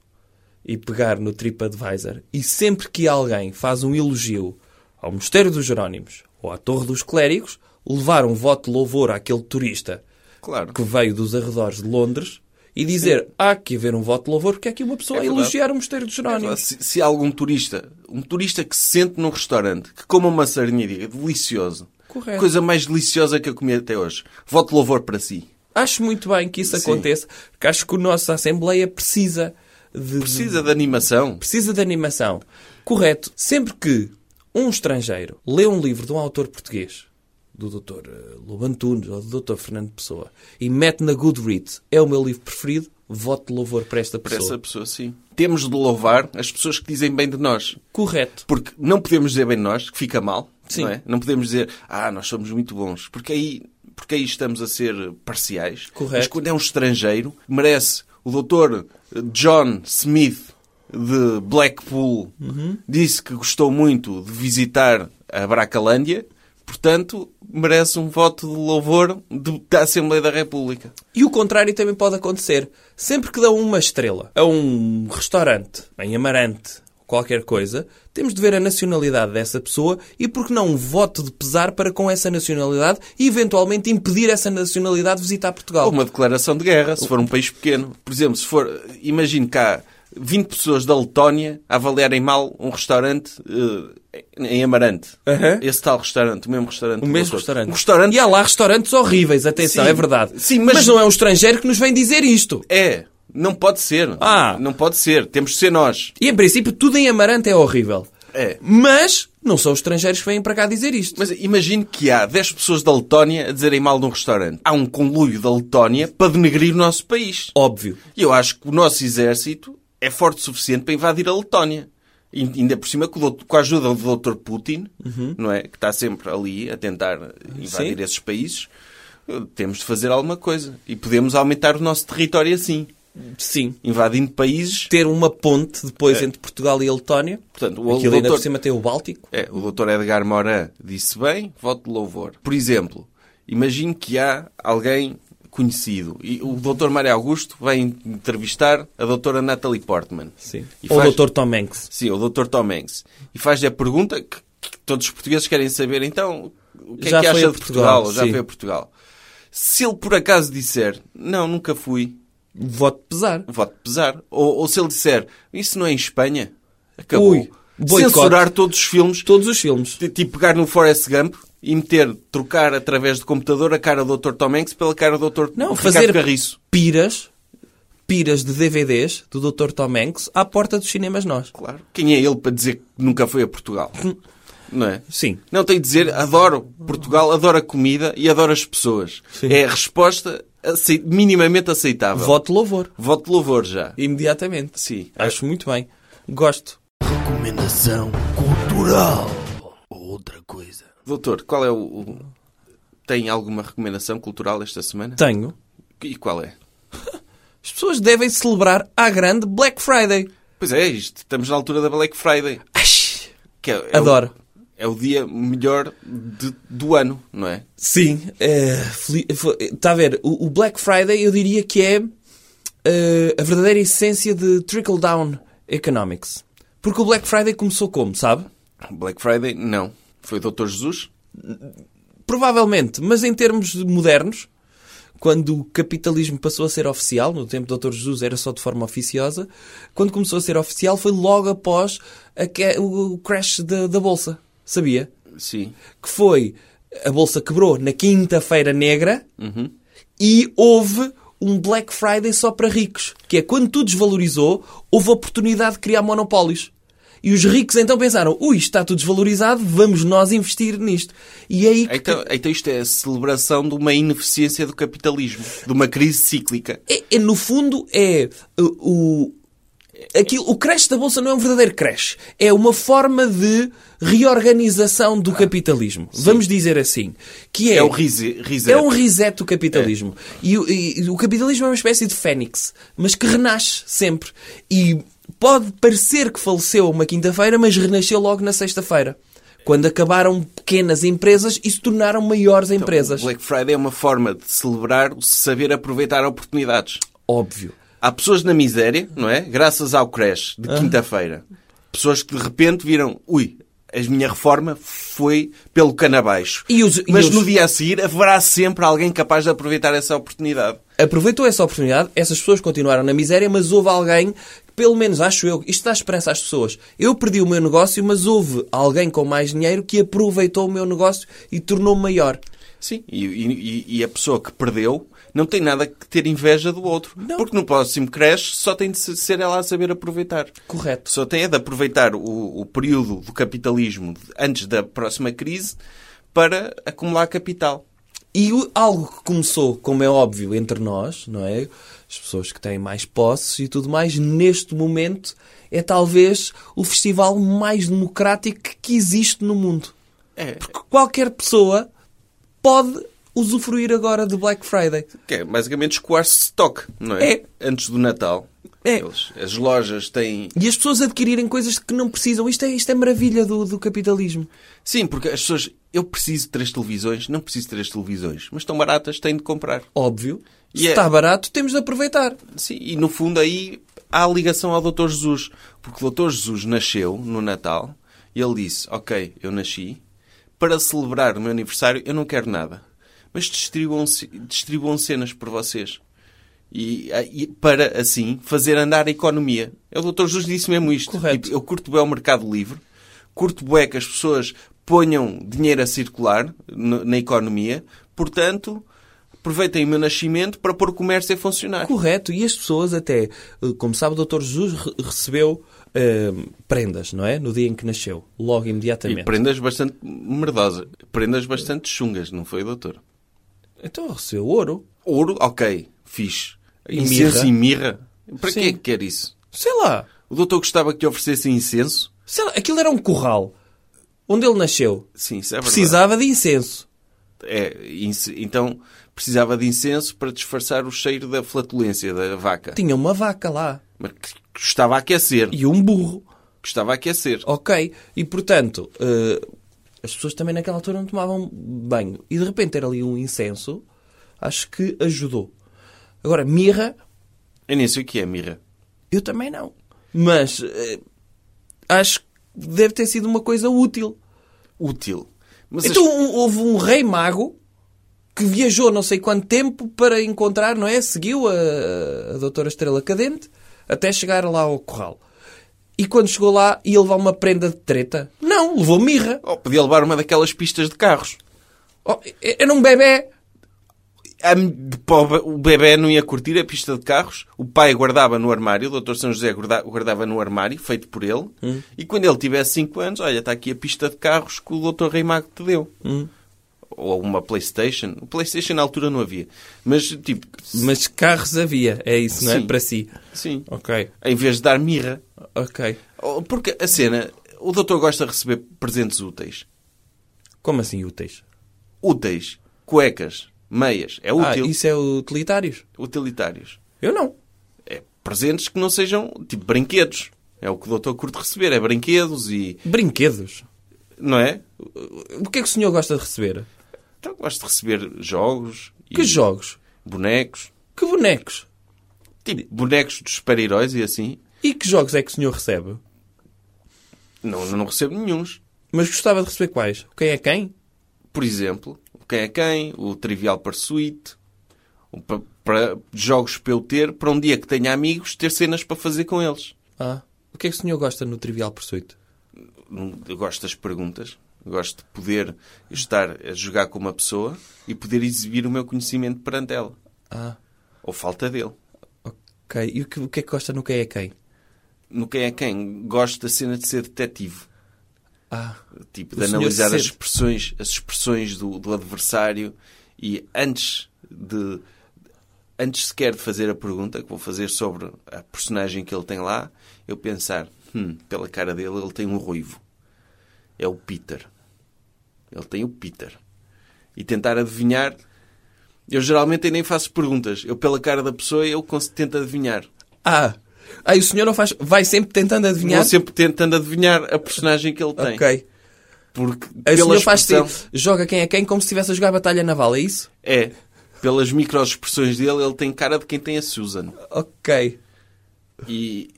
B: e pegar no TripAdvisor e sempre que alguém faz um elogio ao Mosteiro dos Jerónimos ou à Torre dos Clérigos, levar um voto de louvor àquele turista
C: Claro.
B: que veio dos arredores de Londres e dizer há que haver um voto de louvor porque é aqui uma pessoa
C: É
B: a
C: verdade.
B: elogiar o Mosteiro dos Jerónimos.
C: Se, se algum turista, um turista que se sente num restaurante, que coma uma sardinha e diga, delicioso.
B: Correto.
C: Coisa mais deliciosa que eu comi até hoje. Voto de louvor para si.
B: Acho muito bem que isso
C: Sim.
B: aconteça, porque acho que a nossa Assembleia precisa de,
C: Precisa de animação.
B: precisa de animação. Correto. Sempre que um estrangeiro lê um livro de um autor português, do Dr. eh, Lobo Antunes ou do Dr. Fernando Pessoa, e mete na Goodreads, é o meu livro preferido, voto de louvor para esta
C: Para
B: pessoa.
C: essa pessoa, sim. Temos de louvar as pessoas que dizem bem de nós.
B: Correto.
C: Porque não podemos dizer bem de nós, que fica mal.
B: Sim.
C: Não, é? não podemos dizer, ah, nós somos muito bons. Porque aí, porque aí estamos a ser parciais.
B: Correto.
C: Mas quando é um estrangeiro, merece o doutor John Smith de Blackpool
B: Uhum.
C: disse que gostou muito de visitar a Bracalândia. Portanto, merece um voto de louvor de- da Assembleia da República.
B: E o contrário também pode acontecer. Sempre que dão uma estrela a um restaurante em Amarante, qualquer coisa, temos de ver a nacionalidade dessa pessoa e, por que não, um voto de pesar para com essa nacionalidade e, eventualmente, impedir essa nacionalidade de visitar Portugal.
C: Ou uma declaração de guerra, se for um país pequeno. Por exemplo, se for, imagino cá 20 pessoas da Letónia a avaliarem mal um restaurante eh, em Amarante.
B: Aham.
C: Esse tal restaurante, o mesmo restaurante.
B: O
C: do
B: mesmo
C: doutor.
B: restaurante.
C: Um restaurante
B: E há lá restaurantes horríveis, atenção,
C: Sim.
B: é verdade.
C: Sim, mas-
B: não é um estrangeiro que nos vem dizer isto.
C: é. Não pode ser.
B: Ah.
C: Não pode ser. Temos de ser nós.
B: E, em princípio, tudo em Amarante é horrível.
C: É.
B: Mas não são os estrangeiros que vêm para cá dizer isto.
C: Mas imagino que há 10 pessoas da Letónia a dizerem mal de um restaurante. Há um conluio da Letónia para denegrir o nosso país.
B: Óbvio.
C: E eu acho que o nosso exército é forte o suficiente para invadir a Letónia. E Ainda por cima com, o doutor- com a ajuda do Dr. Putin, não é? que está sempre ali a tentar invadir
B: Sim.
C: esses países, temos de fazer alguma coisa. E podemos aumentar o nosso território assim,
B: Sim.
C: invadindo países.
B: ter uma ponte depois entre Portugal e a Letónia.
C: Portanto, É. o,
B: Aquilo ainda
C: doutor,
B: por cima tem o Báltico.
C: é, o Dr. Edgar Morin disse bem, voto de louvor. Por exemplo, imagino que há alguém conhecido e o Dr. Mário Augusto vai entrevistar a Dra. Natalie Portman. E
B: Ou
C: faz-
B: o Dr. Tom Hanks.
C: Sim, o Dr. Tom Hanks. E faz-lhe a pergunta que, que todos os portugueses querem saber. Então, o que
B: Já
C: é que
B: foi
C: acha
B: a
C: de
B: Portugal,
C: Portugal? Já
B: sim.
C: foi a Portugal. Se ele por acaso disser, não, nunca fui,
B: Voto pesar.
C: voto pesar. Ou, ou se ele disser, isso não é em Espanha, acabou.
B: Ui, boicote.
C: Censurar todos os filmes,
B: Todos os filmes.
C: ti- tipo pegar no Forrest Gump e meter, trocar através do computador a cara do Dr. Tom Hanks pela cara do Dr.
B: Não,
C: Ricardo
B: fazer
C: Carriço.
B: piras, piras de DVDs do Dr. Tom Hanks à porta dos cinemas nós.
C: Claro. Quem é ele para dizer que nunca foi a Portugal?
B: Hum.
C: Não é?
B: Sim.
C: Não, tenho de dizer, adoro Portugal, adoro a comida e adoro as pessoas. É a resposta acei- minimamente aceitável.
B: Voto louvor.
C: Voto de louvor já.
B: Imediatamente.
C: Sim.
B: Acho muito bem. Gosto.
A: Recomendação cultural. Outra coisa.
C: Doutor, qual é o... o- Tem alguma recomendação cultural esta semana?
B: Tenho.
C: E qual é?
B: As pessoas devem celebrar à grande Black Friday.
C: Pois é, isto. Estamos na altura da Black Friday.
B: Ai,
C: Que é, é
B: adoro.
C: O, é o dia melhor de- do ano, não é?
B: Sim. Está tá a ver? O, o Black Friday eu diria que é eh, a verdadeira essência de trickle-down economics. Porque o Black Friday começou como, sabe?
C: Black Friday, não. Foi o Doutor Jesus?
B: Provavelmente, mas em termos de modernos, quando o capitalismo passou a ser oficial, no tempo do Dr. Jesus era só de forma oficiosa, quando começou a ser oficial foi logo após a que- o crash da, da Bolsa, sabia?
C: Sim.
B: Que foi, a Bolsa quebrou na quinta-feira negra
C: Uhum.
B: e houve um Black Friday só para ricos, que é quando tudo desvalorizou, houve oportunidade de criar monopólios. E os ricos então pensaram, ui, está tudo desvalorizado, vamos nós investir nisto. E é aí que
C: Então, então isto é a celebração de uma ineficiência do capitalismo, de uma crise cíclica.
B: É, é, no fundo, é uh, o. Aquilo, o crash da Bolsa não é um verdadeiro crash. É uma forma de reorganização do capitalismo. Vamos dizer assim. Que é,
C: Ah. É o rese- reset.
B: É um reset do capitalismo. E, o- e- e o capitalismo é uma espécie de fênix, mas que renasce sempre. E pode parecer que faleceu uma quinta-feira, mas renasceu logo na sexta-feira. Quando acabaram pequenas empresas e se tornaram maiores empresas.
C: Black Friday é uma forma de celebrar o saber aproveitar oportunidades.
B: Óbvio.
C: Há pessoas na miséria, não é? Graças ao crash de
B: Ah.
C: quinta-feira. Pessoas que de repente viram, ui, a minha reforma foi pelo cano abaixo.
B: E os- e
C: Mas
B: os-
C: no dia a seguir haverá sempre alguém capaz de aproveitar essa oportunidade.
B: aproveitou essa oportunidade, essas pessoas continuaram na miséria, mas houve alguém que, pelo menos acho eu, isto dá esperança às pessoas. Eu perdi o meu negócio, mas houve alguém com mais dinheiro que aproveitou o meu negócio e tornou maior.
C: Sim. E, e- e a pessoa que perdeu não tem nada que ter inveja do outro. Porque no próximo crash só tem de ser ela a saber aproveitar. A
B: Correto.
C: pessoa tem é de aproveitar o, o período do capitalismo de- antes da próxima crise para acumular capital.
B: E o- algo que começou, como é óbvio, entre nós, não é? As pessoas que têm mais posses e tudo mais, neste momento é talvez o festival mais democrático que existe no mundo.
C: É.
B: Porque qualquer pessoa pode usufruir agora de Black Friday.
C: Que é basicamente escoar-se stock, não é?
B: É.
C: Antes do Natal.
B: É.
C: Eles- as lojas têm.
B: E as pessoas adquirirem coisas que não precisam. Isto é, isto é maravilha do, do capitalismo.
C: Sim, porque as pessoas. Eu preciso de três televisões, não preciso de três televisões, mas estão baratas, têm de comprar.
B: Óbvio. Se
C: E é-
B: está barato, temos de aproveitar.
C: Sim, e no fundo aí há a ligação ao Dr. Jesus. Porque o Dr. Jesus nasceu no Natal e ele disse: Ok, eu nasci, para celebrar o meu aniversário eu não quero nada, mas distribuam, ce- distribuam cenas por vocês. E, e para assim fazer andar a economia. É o Dr. Jesus disse mesmo isto.
B: Correto.
C: Tipo, eu curto bem o mercado livre, curto bem que as pessoas ponham dinheiro a circular no- na economia, portanto. Aproveitem o meu nascimento para pôr o comércio a funcionar.
B: Correto. E as pessoas até... eh, Como sabe, o Dr. Jesus re- recebeu eh, prendas, não é? No dia em que nasceu. Logo,
C: E
B: imediatamente.
C: prendas bastante merdosas. Prendas bastante chungas, não foi, doutor?
B: Então recebeu ouro.
C: Ouro, ok, fixe.
B: E
C: incenso
B: mirra.
C: e mirra. Para
B: Sim.
C: que é que quer isso?
B: Sei lá.
C: O doutor gostava que lhe oferecesse incenso?
B: Sei lá. Aquilo era um curral. Onde ele nasceu.
C: Sim, isso é verdade.
B: Precisava de incenso.
C: É, ince- então, precisava de incenso para disfarçar o cheiro da flatulência da vaca.
B: Tinha uma vaca lá.
C: Mas que- que gostava a aquecer.
B: E Oh. um burro.
C: Gostava a aquecer.
B: Ok. E portanto, eh, as pessoas também naquela altura não tomavam banho. E de repente ter ali um incenso, acho que ajudou. Agora, mirra,
C: Eu nem sei o que é mirra.
B: eu também não. Mas eh, acho que deve ter sido uma coisa útil.
C: Útil. Mas
B: Então
C: as-
B: um- houve um rei mago que viajou não sei quanto tempo para encontrar, não é? Seguiu a, a doutora Estrela Cadente até chegar lá ao corral. E quando chegou lá, ia levar uma prenda de treta? Não, levou mirra.
C: Oh, podia levar uma daquelas pistas de carros.
B: Oh, era um bebê.
C: A- pá, o be- O bebê não ia curtir a pista de carros, o pai guardava no armário, o doutor São José guarda- guardava no armário, feito por ele,
B: Hum.
C: e quando ele tivesse 5 anos, olha, está aqui a pista de carros que o doutor Reimago te deu.
B: Hum.
C: Ou uma Playstation. O Playstation na altura não havia. Mas, tipo,
B: Mas carros havia, é isso, não é?
C: Sim.
B: Para si.
C: sim.
B: Ok,
C: Em vez de dar mirra.
B: ok.
C: Oh, Porque a cena, o doutor gosta de receber presentes úteis.
B: Como assim úteis?
C: Úteis. Cuecas, meias. É
B: Ah,
C: útil.
B: isso é utilitários?
C: Utilitários.
B: Eu não.
C: é presentes que não sejam tipo brinquedos. É o que o doutor curte receber, é brinquedos e.
B: Brinquedos.
C: Não é?
B: O que é que o senhor gosta de receber?
C: Então gosto de receber jogos. e
B: Que jogos?
C: Bonecos.
B: Que bonecos?
C: Tipo, bonecos dos super-heróis e assim.
B: E que jogos é que o senhor recebe?
C: Não, não recebo nenhuns.
B: Mas gostava de receber quais? Quem é quem?
C: Por exemplo, o Quem é Quem, o Trivial Pursuit. o pa- Para jogos para eu ter, para um dia que tenha amigos, ter cenas para fazer com eles.
B: Ah, o que é que o senhor gosta no Trivial Pursuit?
C: Hum, Eu gosto das perguntas. Eu Gosto de poder estar a jogar com uma pessoa e poder exibir o meu conhecimento perante ela.
B: Ah,
C: Ou falta dele.
B: ok. E o que, o que é que gosta no quem é quem?
C: No quem é quem, gosto da cena de ser detetive.
B: Ah,
C: Tipo,
B: O
C: de
B: senhor
C: analisar as
B: sente.
C: expressões, as expressões do, do adversário e antes de. Antes sequer de fazer a pergunta que vou fazer sobre a personagem que ele tem lá, eu pensar, hum, pela cara dele, ele tem um ruivo. É o Peter. Ele tem o Peter. E tentar adivinhar. Eu geralmente nem faço perguntas. Eu, pela cara da pessoa, eu cons- tento adivinhar.
B: ah. Ah, e o senhor não faz... Vai sempre tentando adivinhar?
C: Vou sempre tentando adivinhar a personagem que ele tem.
B: Ok.
C: Porque
B: O
C: pela
B: senhor faz
C: expressão,
B: sempre- Joga quem é quem como se estivesse a jogar batalha naval, é isso?
C: é, pelas microexpressões dele, ele tem cara de quem tem a Susan.
B: Ok.
C: E,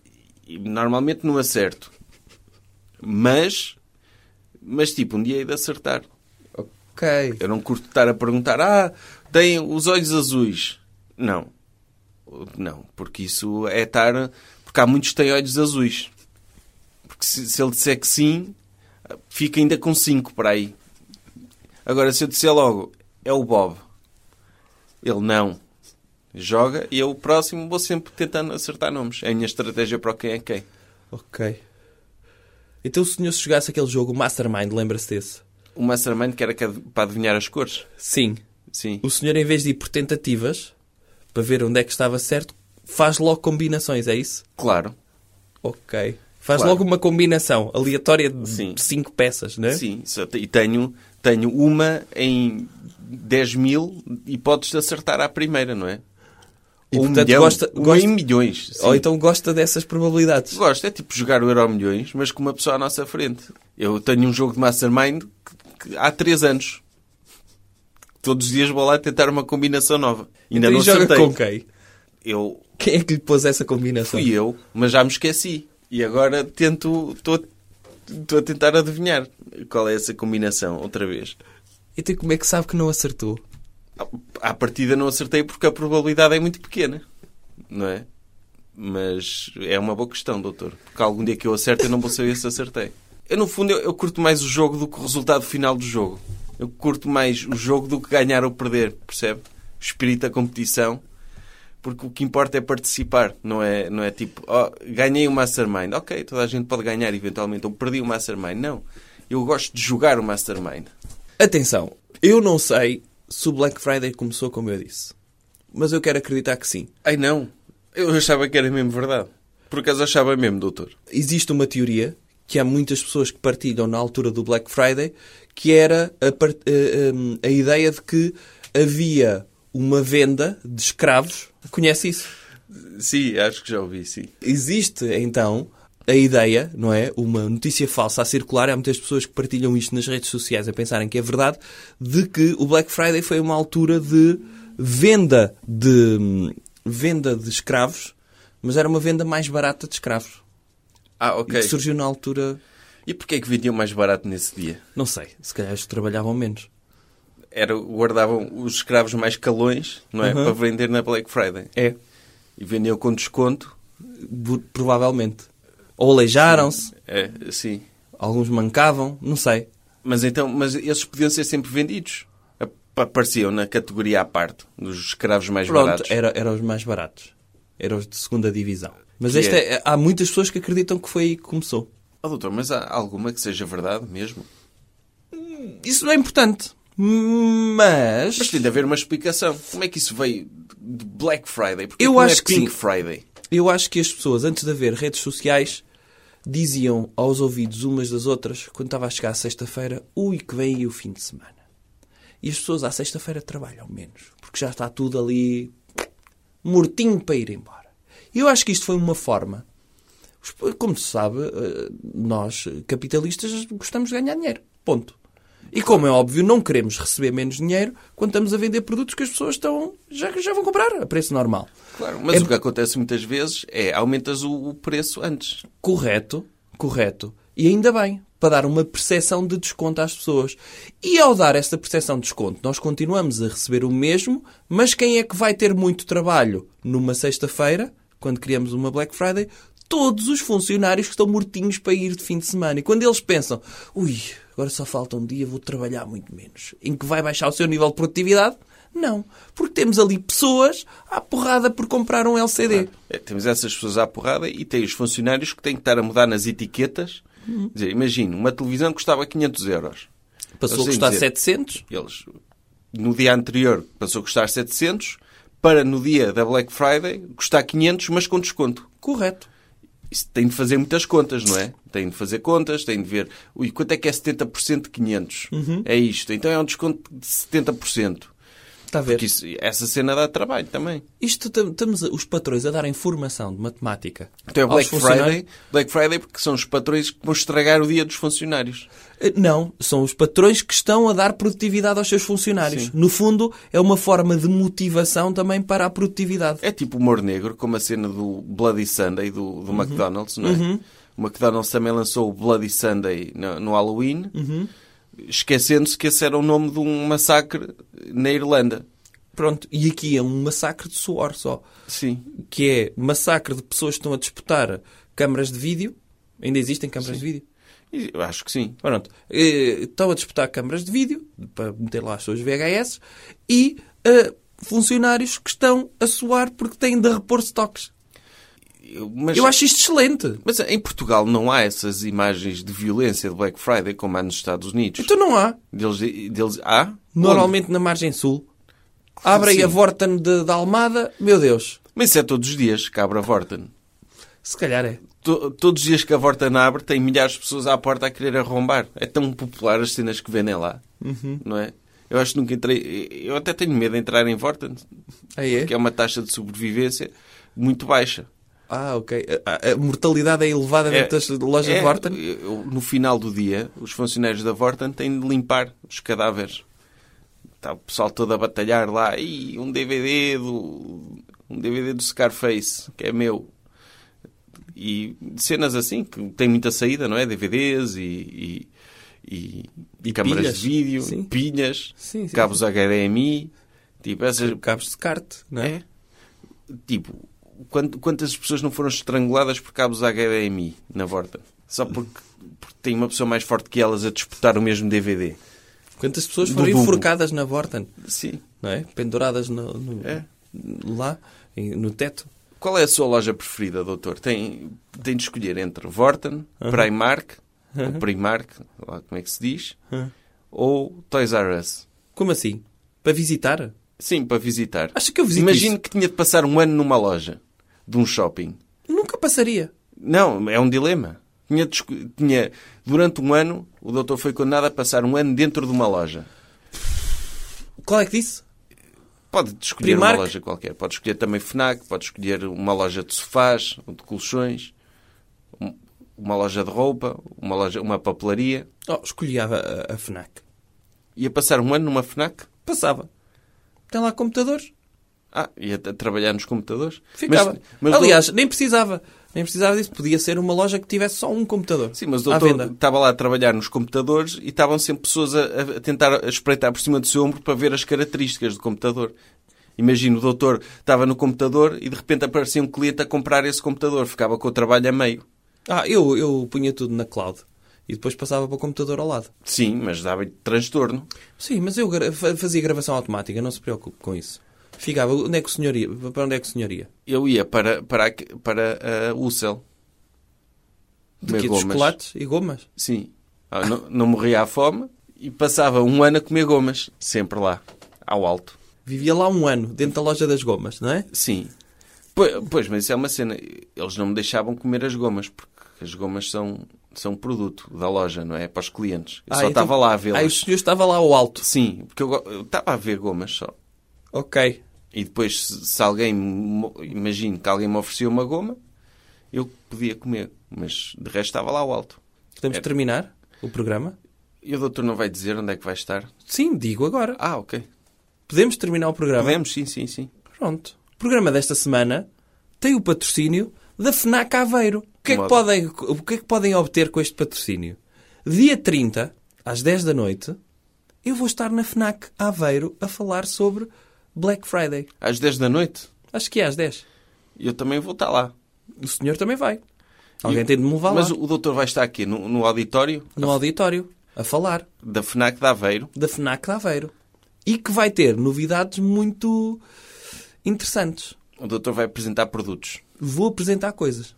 C: e normalmente não acerto. Mas, mas tipo, um dia hei de acertar.
B: Ok.
C: Eu não curto estar a perguntar, ah, tem os olhos azuis. Não. Não, porque isso é estar... Porque há muitos que têm olhos azuis. Porque se, se ele disser que sim, fica ainda com cinco para aí. Agora, se eu disser logo, é o Bob. Ele não. Joga e eu, o próximo, vou sempre tentando acertar nomes. É a minha estratégia para o quem é quem.
B: Ok. Então o senhor se jogasse aquele jogo, o Mastermind, lembra-se desse?
C: O Mastermind que era que- para adivinhar as cores.
B: Sim.
C: Sim.
B: O senhor, em vez de ir por tentativas, para ver onde é que estava certo, faz logo combinações, é isso?
C: Claro.
B: Ok. Faz
C: Claro.
B: logo uma combinação aleatória de
C: Sim.
B: cinco peças, não é?
C: Sim, só te- e tenho, tenho uma em 10 mil hipóteses de acertar à primeira, não é?
B: E,
C: Ou
B: portanto, gosta-
C: ou
B: gosta-
C: em milhões. sim.
B: Ou então gosta dessas probabilidades.
C: Gosto, é tipo jogar o Euro Milhões, mas com uma pessoa à nossa frente. Eu tenho um jogo de Mastermind que, que há 3 anos. Todos os dias vou lá tentar uma combinação nova. Ainda
B: então,
C: não
B: e joga
C: acertei.
B: com quem?
C: Eu
B: Quem é que lhe pôs essa combinação?
C: fui eu, mas já me esqueci. E agora tento... Estou a tentar adivinhar qual é essa combinação, outra vez.
B: Então como é que sabe que não acertou?
C: à partida não acertei porque a probabilidade é muito pequena, não é? Mas é uma boa questão, doutor. Porque algum dia que eu acerte, eu não vou saber se acertei. Eu, no fundo, eu, eu curto mais o jogo do que o resultado final do jogo. Eu curto mais o jogo do que ganhar ou perder, percebe? O espírito da competição. Porque o que importa é participar, não é, não é tipo, "Oh, ganhei o Mastermind. Ok, toda a gente pode ganhar eventualmente, ou perdi o Mastermind. Não. Eu gosto de jogar o Mastermind.
B: Atenção, eu não sei se o Black Friday começou como eu disse. Mas eu quero acreditar que sim.
C: Ai não, eu achava que era mesmo verdade. Por acaso achava mesmo, doutor.
B: Existe uma teoria que há muitas pessoas que partilham na altura do Black Friday, que era a, par- eh, hum, a ideia de que havia uma venda de escravos. Conhece isso?
C: Sim, acho que já ouvi, sim.
B: Existe, então, a ideia, não é? Uma notícia falsa a circular. Há muitas pessoas que partilham isto nas redes sociais a pensarem que é verdade, de que o Black Friday foi uma altura de venda de, venda de escravos, mas era uma venda mais barata de escravos.
C: Ah,
B: E
C: ok.
B: que surgiu na altura,
C: E porquê é que vendiam mais barato nesse dia?
B: não sei, se calhar eles trabalhavam menos.
C: Era, guardavam os escravos mais calões, não é?
B: Uhum.
C: Para vender na Black Friday.
B: É.
C: E vendiam com desconto.
B: Provavelmente. Ou aleijaram-se,
C: É, sim.
B: alguns mancavam, não sei.
C: Mas então, mas esses podiam ser sempre vendidos. A pa- apareciam na categoria à parte, dos escravos mais
B: Pronto, é.
C: baratos.
B: era, era os mais baratos. Eram os de segunda divisão. Mas
C: Que
B: esta
C: é?
B: é- há muitas pessoas que acreditam que foi aí que começou.
C: Oh, doutor, mas há alguma que seja verdade mesmo?
B: Isso não é importante. Mas...
C: Mas tem de haver uma explicação. Como é que isso veio de Black Friday? Porque
B: Eu
C: não
B: acho
C: é
B: que
C: Pink
B: sim.
C: Friday.
B: Eu acho que as pessoas, antes de haver redes sociais, diziam aos ouvidos umas das outras, quando estava a chegar a sexta-feira, ui, que vem aí o fim de semana. E as pessoas à sexta-feira trabalham menos, porque já está tudo ali mortinho para ir embora. Eu acho que isto foi uma forma. Os- Como se sabe, eh, nós, eh, capitalistas, gostamos de ganhar dinheiro. Ponto. E como é óbvio, não queremos receber menos dinheiro quando estamos a vender produtos que as pessoas estão, já, já vão comprar a preço normal.
C: Claro, mas
B: É-
C: o que acontece muitas vezes é aumentas o, o preço antes.
B: Correto, correto. E ainda bem, para dar uma percepção de desconto às pessoas. E ao dar esta percepção de desconto, nós continuamos a receber o mesmo, mas quem é que vai ter muito trabalho? Numa sexta-feira, quando criamos uma Black Friday, todos os funcionários que estão mortinhos para ir de fim de semana. E quando eles pensam, ui, agora só falta um dia, vou trabalhar muito menos, em que vai baixar o seu nível de produtividade? Não, porque temos ali pessoas à porrada por comprar um LCD.
C: É, temos essas pessoas à porrada e tem os funcionários que têm que estar a mudar nas etiquetas.
B: Uhum.
C: Quer dizer, Imagina, uma televisão custava 500 euros.
B: Passou a
C: Eles têm
B: custar
C: dizer,
B: 700,
C: Eles, no dia anterior, passou a custar 700, para no dia da Black Friday custar 500, mas com desconto.
B: correto.
C: Isso tem de fazer muitas contas, não é? Tem de fazer contas, tem de ver ui, quanto é que é 70% de 500. É isto. Então é um desconto de 70%.
B: Está Tá a ver?
C: Porque isso, essa cena dá trabalho também.
B: Isto tam- estamos a- os patrões a dar informação de matemática.
C: Então é
B: aos
C: Black
B: funcionários.
C: Friday, Black Friday porque são os patrões que vão estragar o dia dos funcionários.
B: Eh, Não, são os patrões que estão a dar produtividade aos seus funcionários. No fundo, é uma forma de motivação também para a produtividade.
C: É tipo humor negro, como a cena do Bloody Sunday do, do McDonald's, não é? O McDonald's também lançou o Bloody Sunday no, no Halloween, esquecendo-se que esse era o nome de um massacre na Irlanda.
B: Pronto, e aqui é um massacre de suor só.
C: Sim.
B: Que é massacre de pessoas que estão a disputar câmaras de vídeo. Ainda existem câmaras de vídeo?
C: E eu acho que sim.
B: Pronto. Eh, Estão a disputar câmaras de vídeo, para meter lá as suas VHS, e eh, funcionários que estão a suar porque têm de repor estoques.
C: Eu- Mas,
B: Eu acho isto excelente.
C: mas em Portugal não há essas imagens de violência de Black Friday como há nos Estados Unidos.
B: Então não há.
C: Deles, deles há?
B: Normalmente na margem sul. Abre aí
C: Sim.
B: a Vorten de- da Almada. Meu Deus.
C: Onde? Mas isso é todos os dias, cabra Vorten.
B: Se calhar é.
C: To- todos os dias que a Vorten abre, tem milhares de pessoas à porta a querer arrombar. É tão popular as cenas que vendem lá.
B: Uhum.
C: Não é? Eu acho que nunca entrei. Eu até tenho medo de entrar em Vorten,
B: Aí é?
C: que é uma taxa de sobrevivência muito baixa.
B: Ah, ok. A, a- a mortalidade é elevada
C: É-
B: dentro das lojas
C: é-
B: Vorten.
C: eu- no final do dia, os funcionários da Vorten têm de limpar os cadáveres. Está o pessoal todo a batalhar lá. Ih, um DVD do. Um DVD do Scarface, que é meu. E cenas assim, que tem muita saída, não é? DVDs e. e, e,
B: E
C: câmaras
B: pilhas.
C: de vídeo,
B: Sim.
C: pilhas,
B: Sim, sim,
C: cabos HDMI, tipo essas.
B: Cabos de carte, não é?
C: É. Tipo, quant- quantas pessoas não foram estranguladas por cabos HDMI na Vorta? Só porque, porque tem uma pessoa mais forte que elas a disputar o mesmo DVD.
B: Quantas pessoas
C: Do
B: foram
C: Google.
B: enforcadas na Vorten?
C: Sim.
B: Não é? Penduradas no, no-
C: É.
B: lá, em- no teto.
C: Qual é a sua loja preferida, doutor? Tem, tem de escolher entre Vorten, Primark, ou Primark, lá como é que se diz,
B: Aham.
C: ou Toys R Us.
B: Como assim? Para visitar?
C: Sim, para visitar.
B: Acho que eu visito
C: Imagino que tinha de passar um ano numa loja de um shopping.
B: Nunca passaria.
C: Não, é um dilema. Tinha, de esco- tinha- durante um ano, o doutor foi condenado a passar um ano dentro de uma loja.
B: Qual é que disse?
C: Pode escolher
B: Primark?
C: uma loja qualquer. Pode escolher também FNAC, pode escolher uma loja de sofás, ou de colchões, um- uma loja de roupa, uma, loja, uma papelaria.
B: Oh, escolhi a, a- a FNAC.
C: Ia passar um ano numa FNAC?
B: Passava. Tem lá computadores.
C: Ah, ia t- trabalhar nos computadores?
B: Ficava.
C: Mas- mas
B: Aliás,
C: dou-
B: nem precisava. Nem precisava disso. Podia ser uma loja que tivesse só um computador.
C: Sim, mas o
B: à
C: doutor
B: venda.
C: estava lá a trabalhar nos computadores e estavam sempre pessoas a, a tentar espreitar por cima do seu ombro para ver as características do computador. Imagina, o doutor estava no computador e de repente aparecia um cliente a comprar esse computador. Ficava com o trabalho a meio.
B: Ah, eu, eu punha tudo na cloud. e depois passava para o computador ao lado.
C: Sim, mas dava-lhe transtorno.
B: Sim, mas eu gra- fa- fazia gravação automática, não se preocupe com isso. Ficava, onde é que o senhor ia? Para onde é que o senhor ia?
C: Eu ia para, para, a- para a Ucel.
B: De quê?
C: Comer
B: De
C: gomas.
B: chocolates e gomas?
C: Sim. Ah, Não, não morria à fome e passava um ano a comer gomas. Sempre lá, ao alto.
B: Vivia lá um ano, dentro da loja das gomas, não é?
C: Sim. Po- Pois, mas isso é uma cena. Eles não me deixavam comer as gomas, porque as gomas são, são produto da loja, não é? Para os clientes. Eu só
B: então-
C: estava lá a
B: Ah, o
C: vê-las.
B: senhor estava lá ao alto.
C: Sim, porque eu go- eu estava a ver gomas só.
B: Ok.
C: E depois, se, se alguém. mo- Imagino que alguém me oferecia uma goma, eu podia comer. Mas de resto estava lá ao alto.
B: Podemos
C: É.
B: terminar o programa?
C: E o doutor não vai dizer onde é que vai estar?
B: Sim, digo agora.
C: Ah, ok.
B: Podemos terminar o programa?
C: Podemos, sim, sim, sim.
B: Pronto. O programa desta semana tem o patrocínio da FNAC Aveiro. O que, é que
C: Moda.
B: podem, o que é que podem obter com este patrocínio? Dia 30, às 10 da noite, eu vou estar na FNAC Aveiro a falar sobre Black Friday.
C: Às 10 da noite,
B: Acho que é às 10.
C: eu também vou estar lá.
B: O senhor também vai. Alguém tem de me levar
C: Mas
B: lá,
C: o doutor vai estar aqui no, no auditório
B: no auditório, a falar
C: da FNAC de Aveiro.
B: da FNAC de Aveiro. E que vai ter novidades muito interessantes.
C: O doutor vai apresentar produtos.
B: Vou apresentar coisas.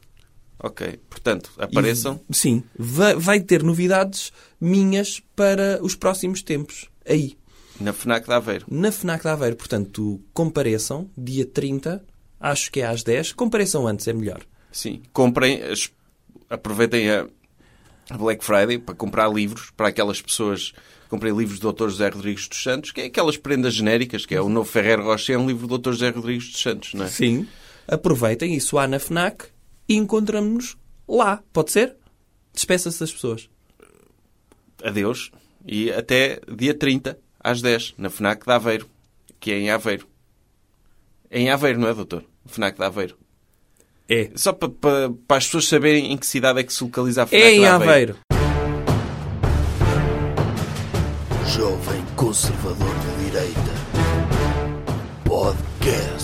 C: Ok. Portanto, apareçam.
B: E- sim. Vai, vai ter novidades minhas para os próximos tempos. Aí.
C: Na FNAC de Aveiro.
B: Na FNAC de Aveiro. Portanto, compareçam. Dia 30. Acho que é às 10. Compareçam antes, é melhor.
C: Sim. Comprem, as- aproveitem a a Black Friday para comprar livros para aquelas pessoas. Comprei livros do Dr. José Rodrigues dos Santos, que é aquelas prendas genéricas, que é o novo Ferreiro Rocher, é um livro do Dr. José Rodrigues dos Santos, não é?
B: Sim. Aproveitem isso há na FNAC e encontramos-nos lá. Pode ser? Despeça-se das pessoas.
C: Adeus. E até dia 30, às 10, na FNAC de Aveiro, que é em Aveiro. É em Aveiro, não é, doutor? FNAC de Aveiro.
B: É.
C: Só para, para, para as pessoas saberem em que cidade é que se localiza a FNAC
B: É
C: de
B: em Aveiro.
A: Jovem Conservador de Direita. Podcast.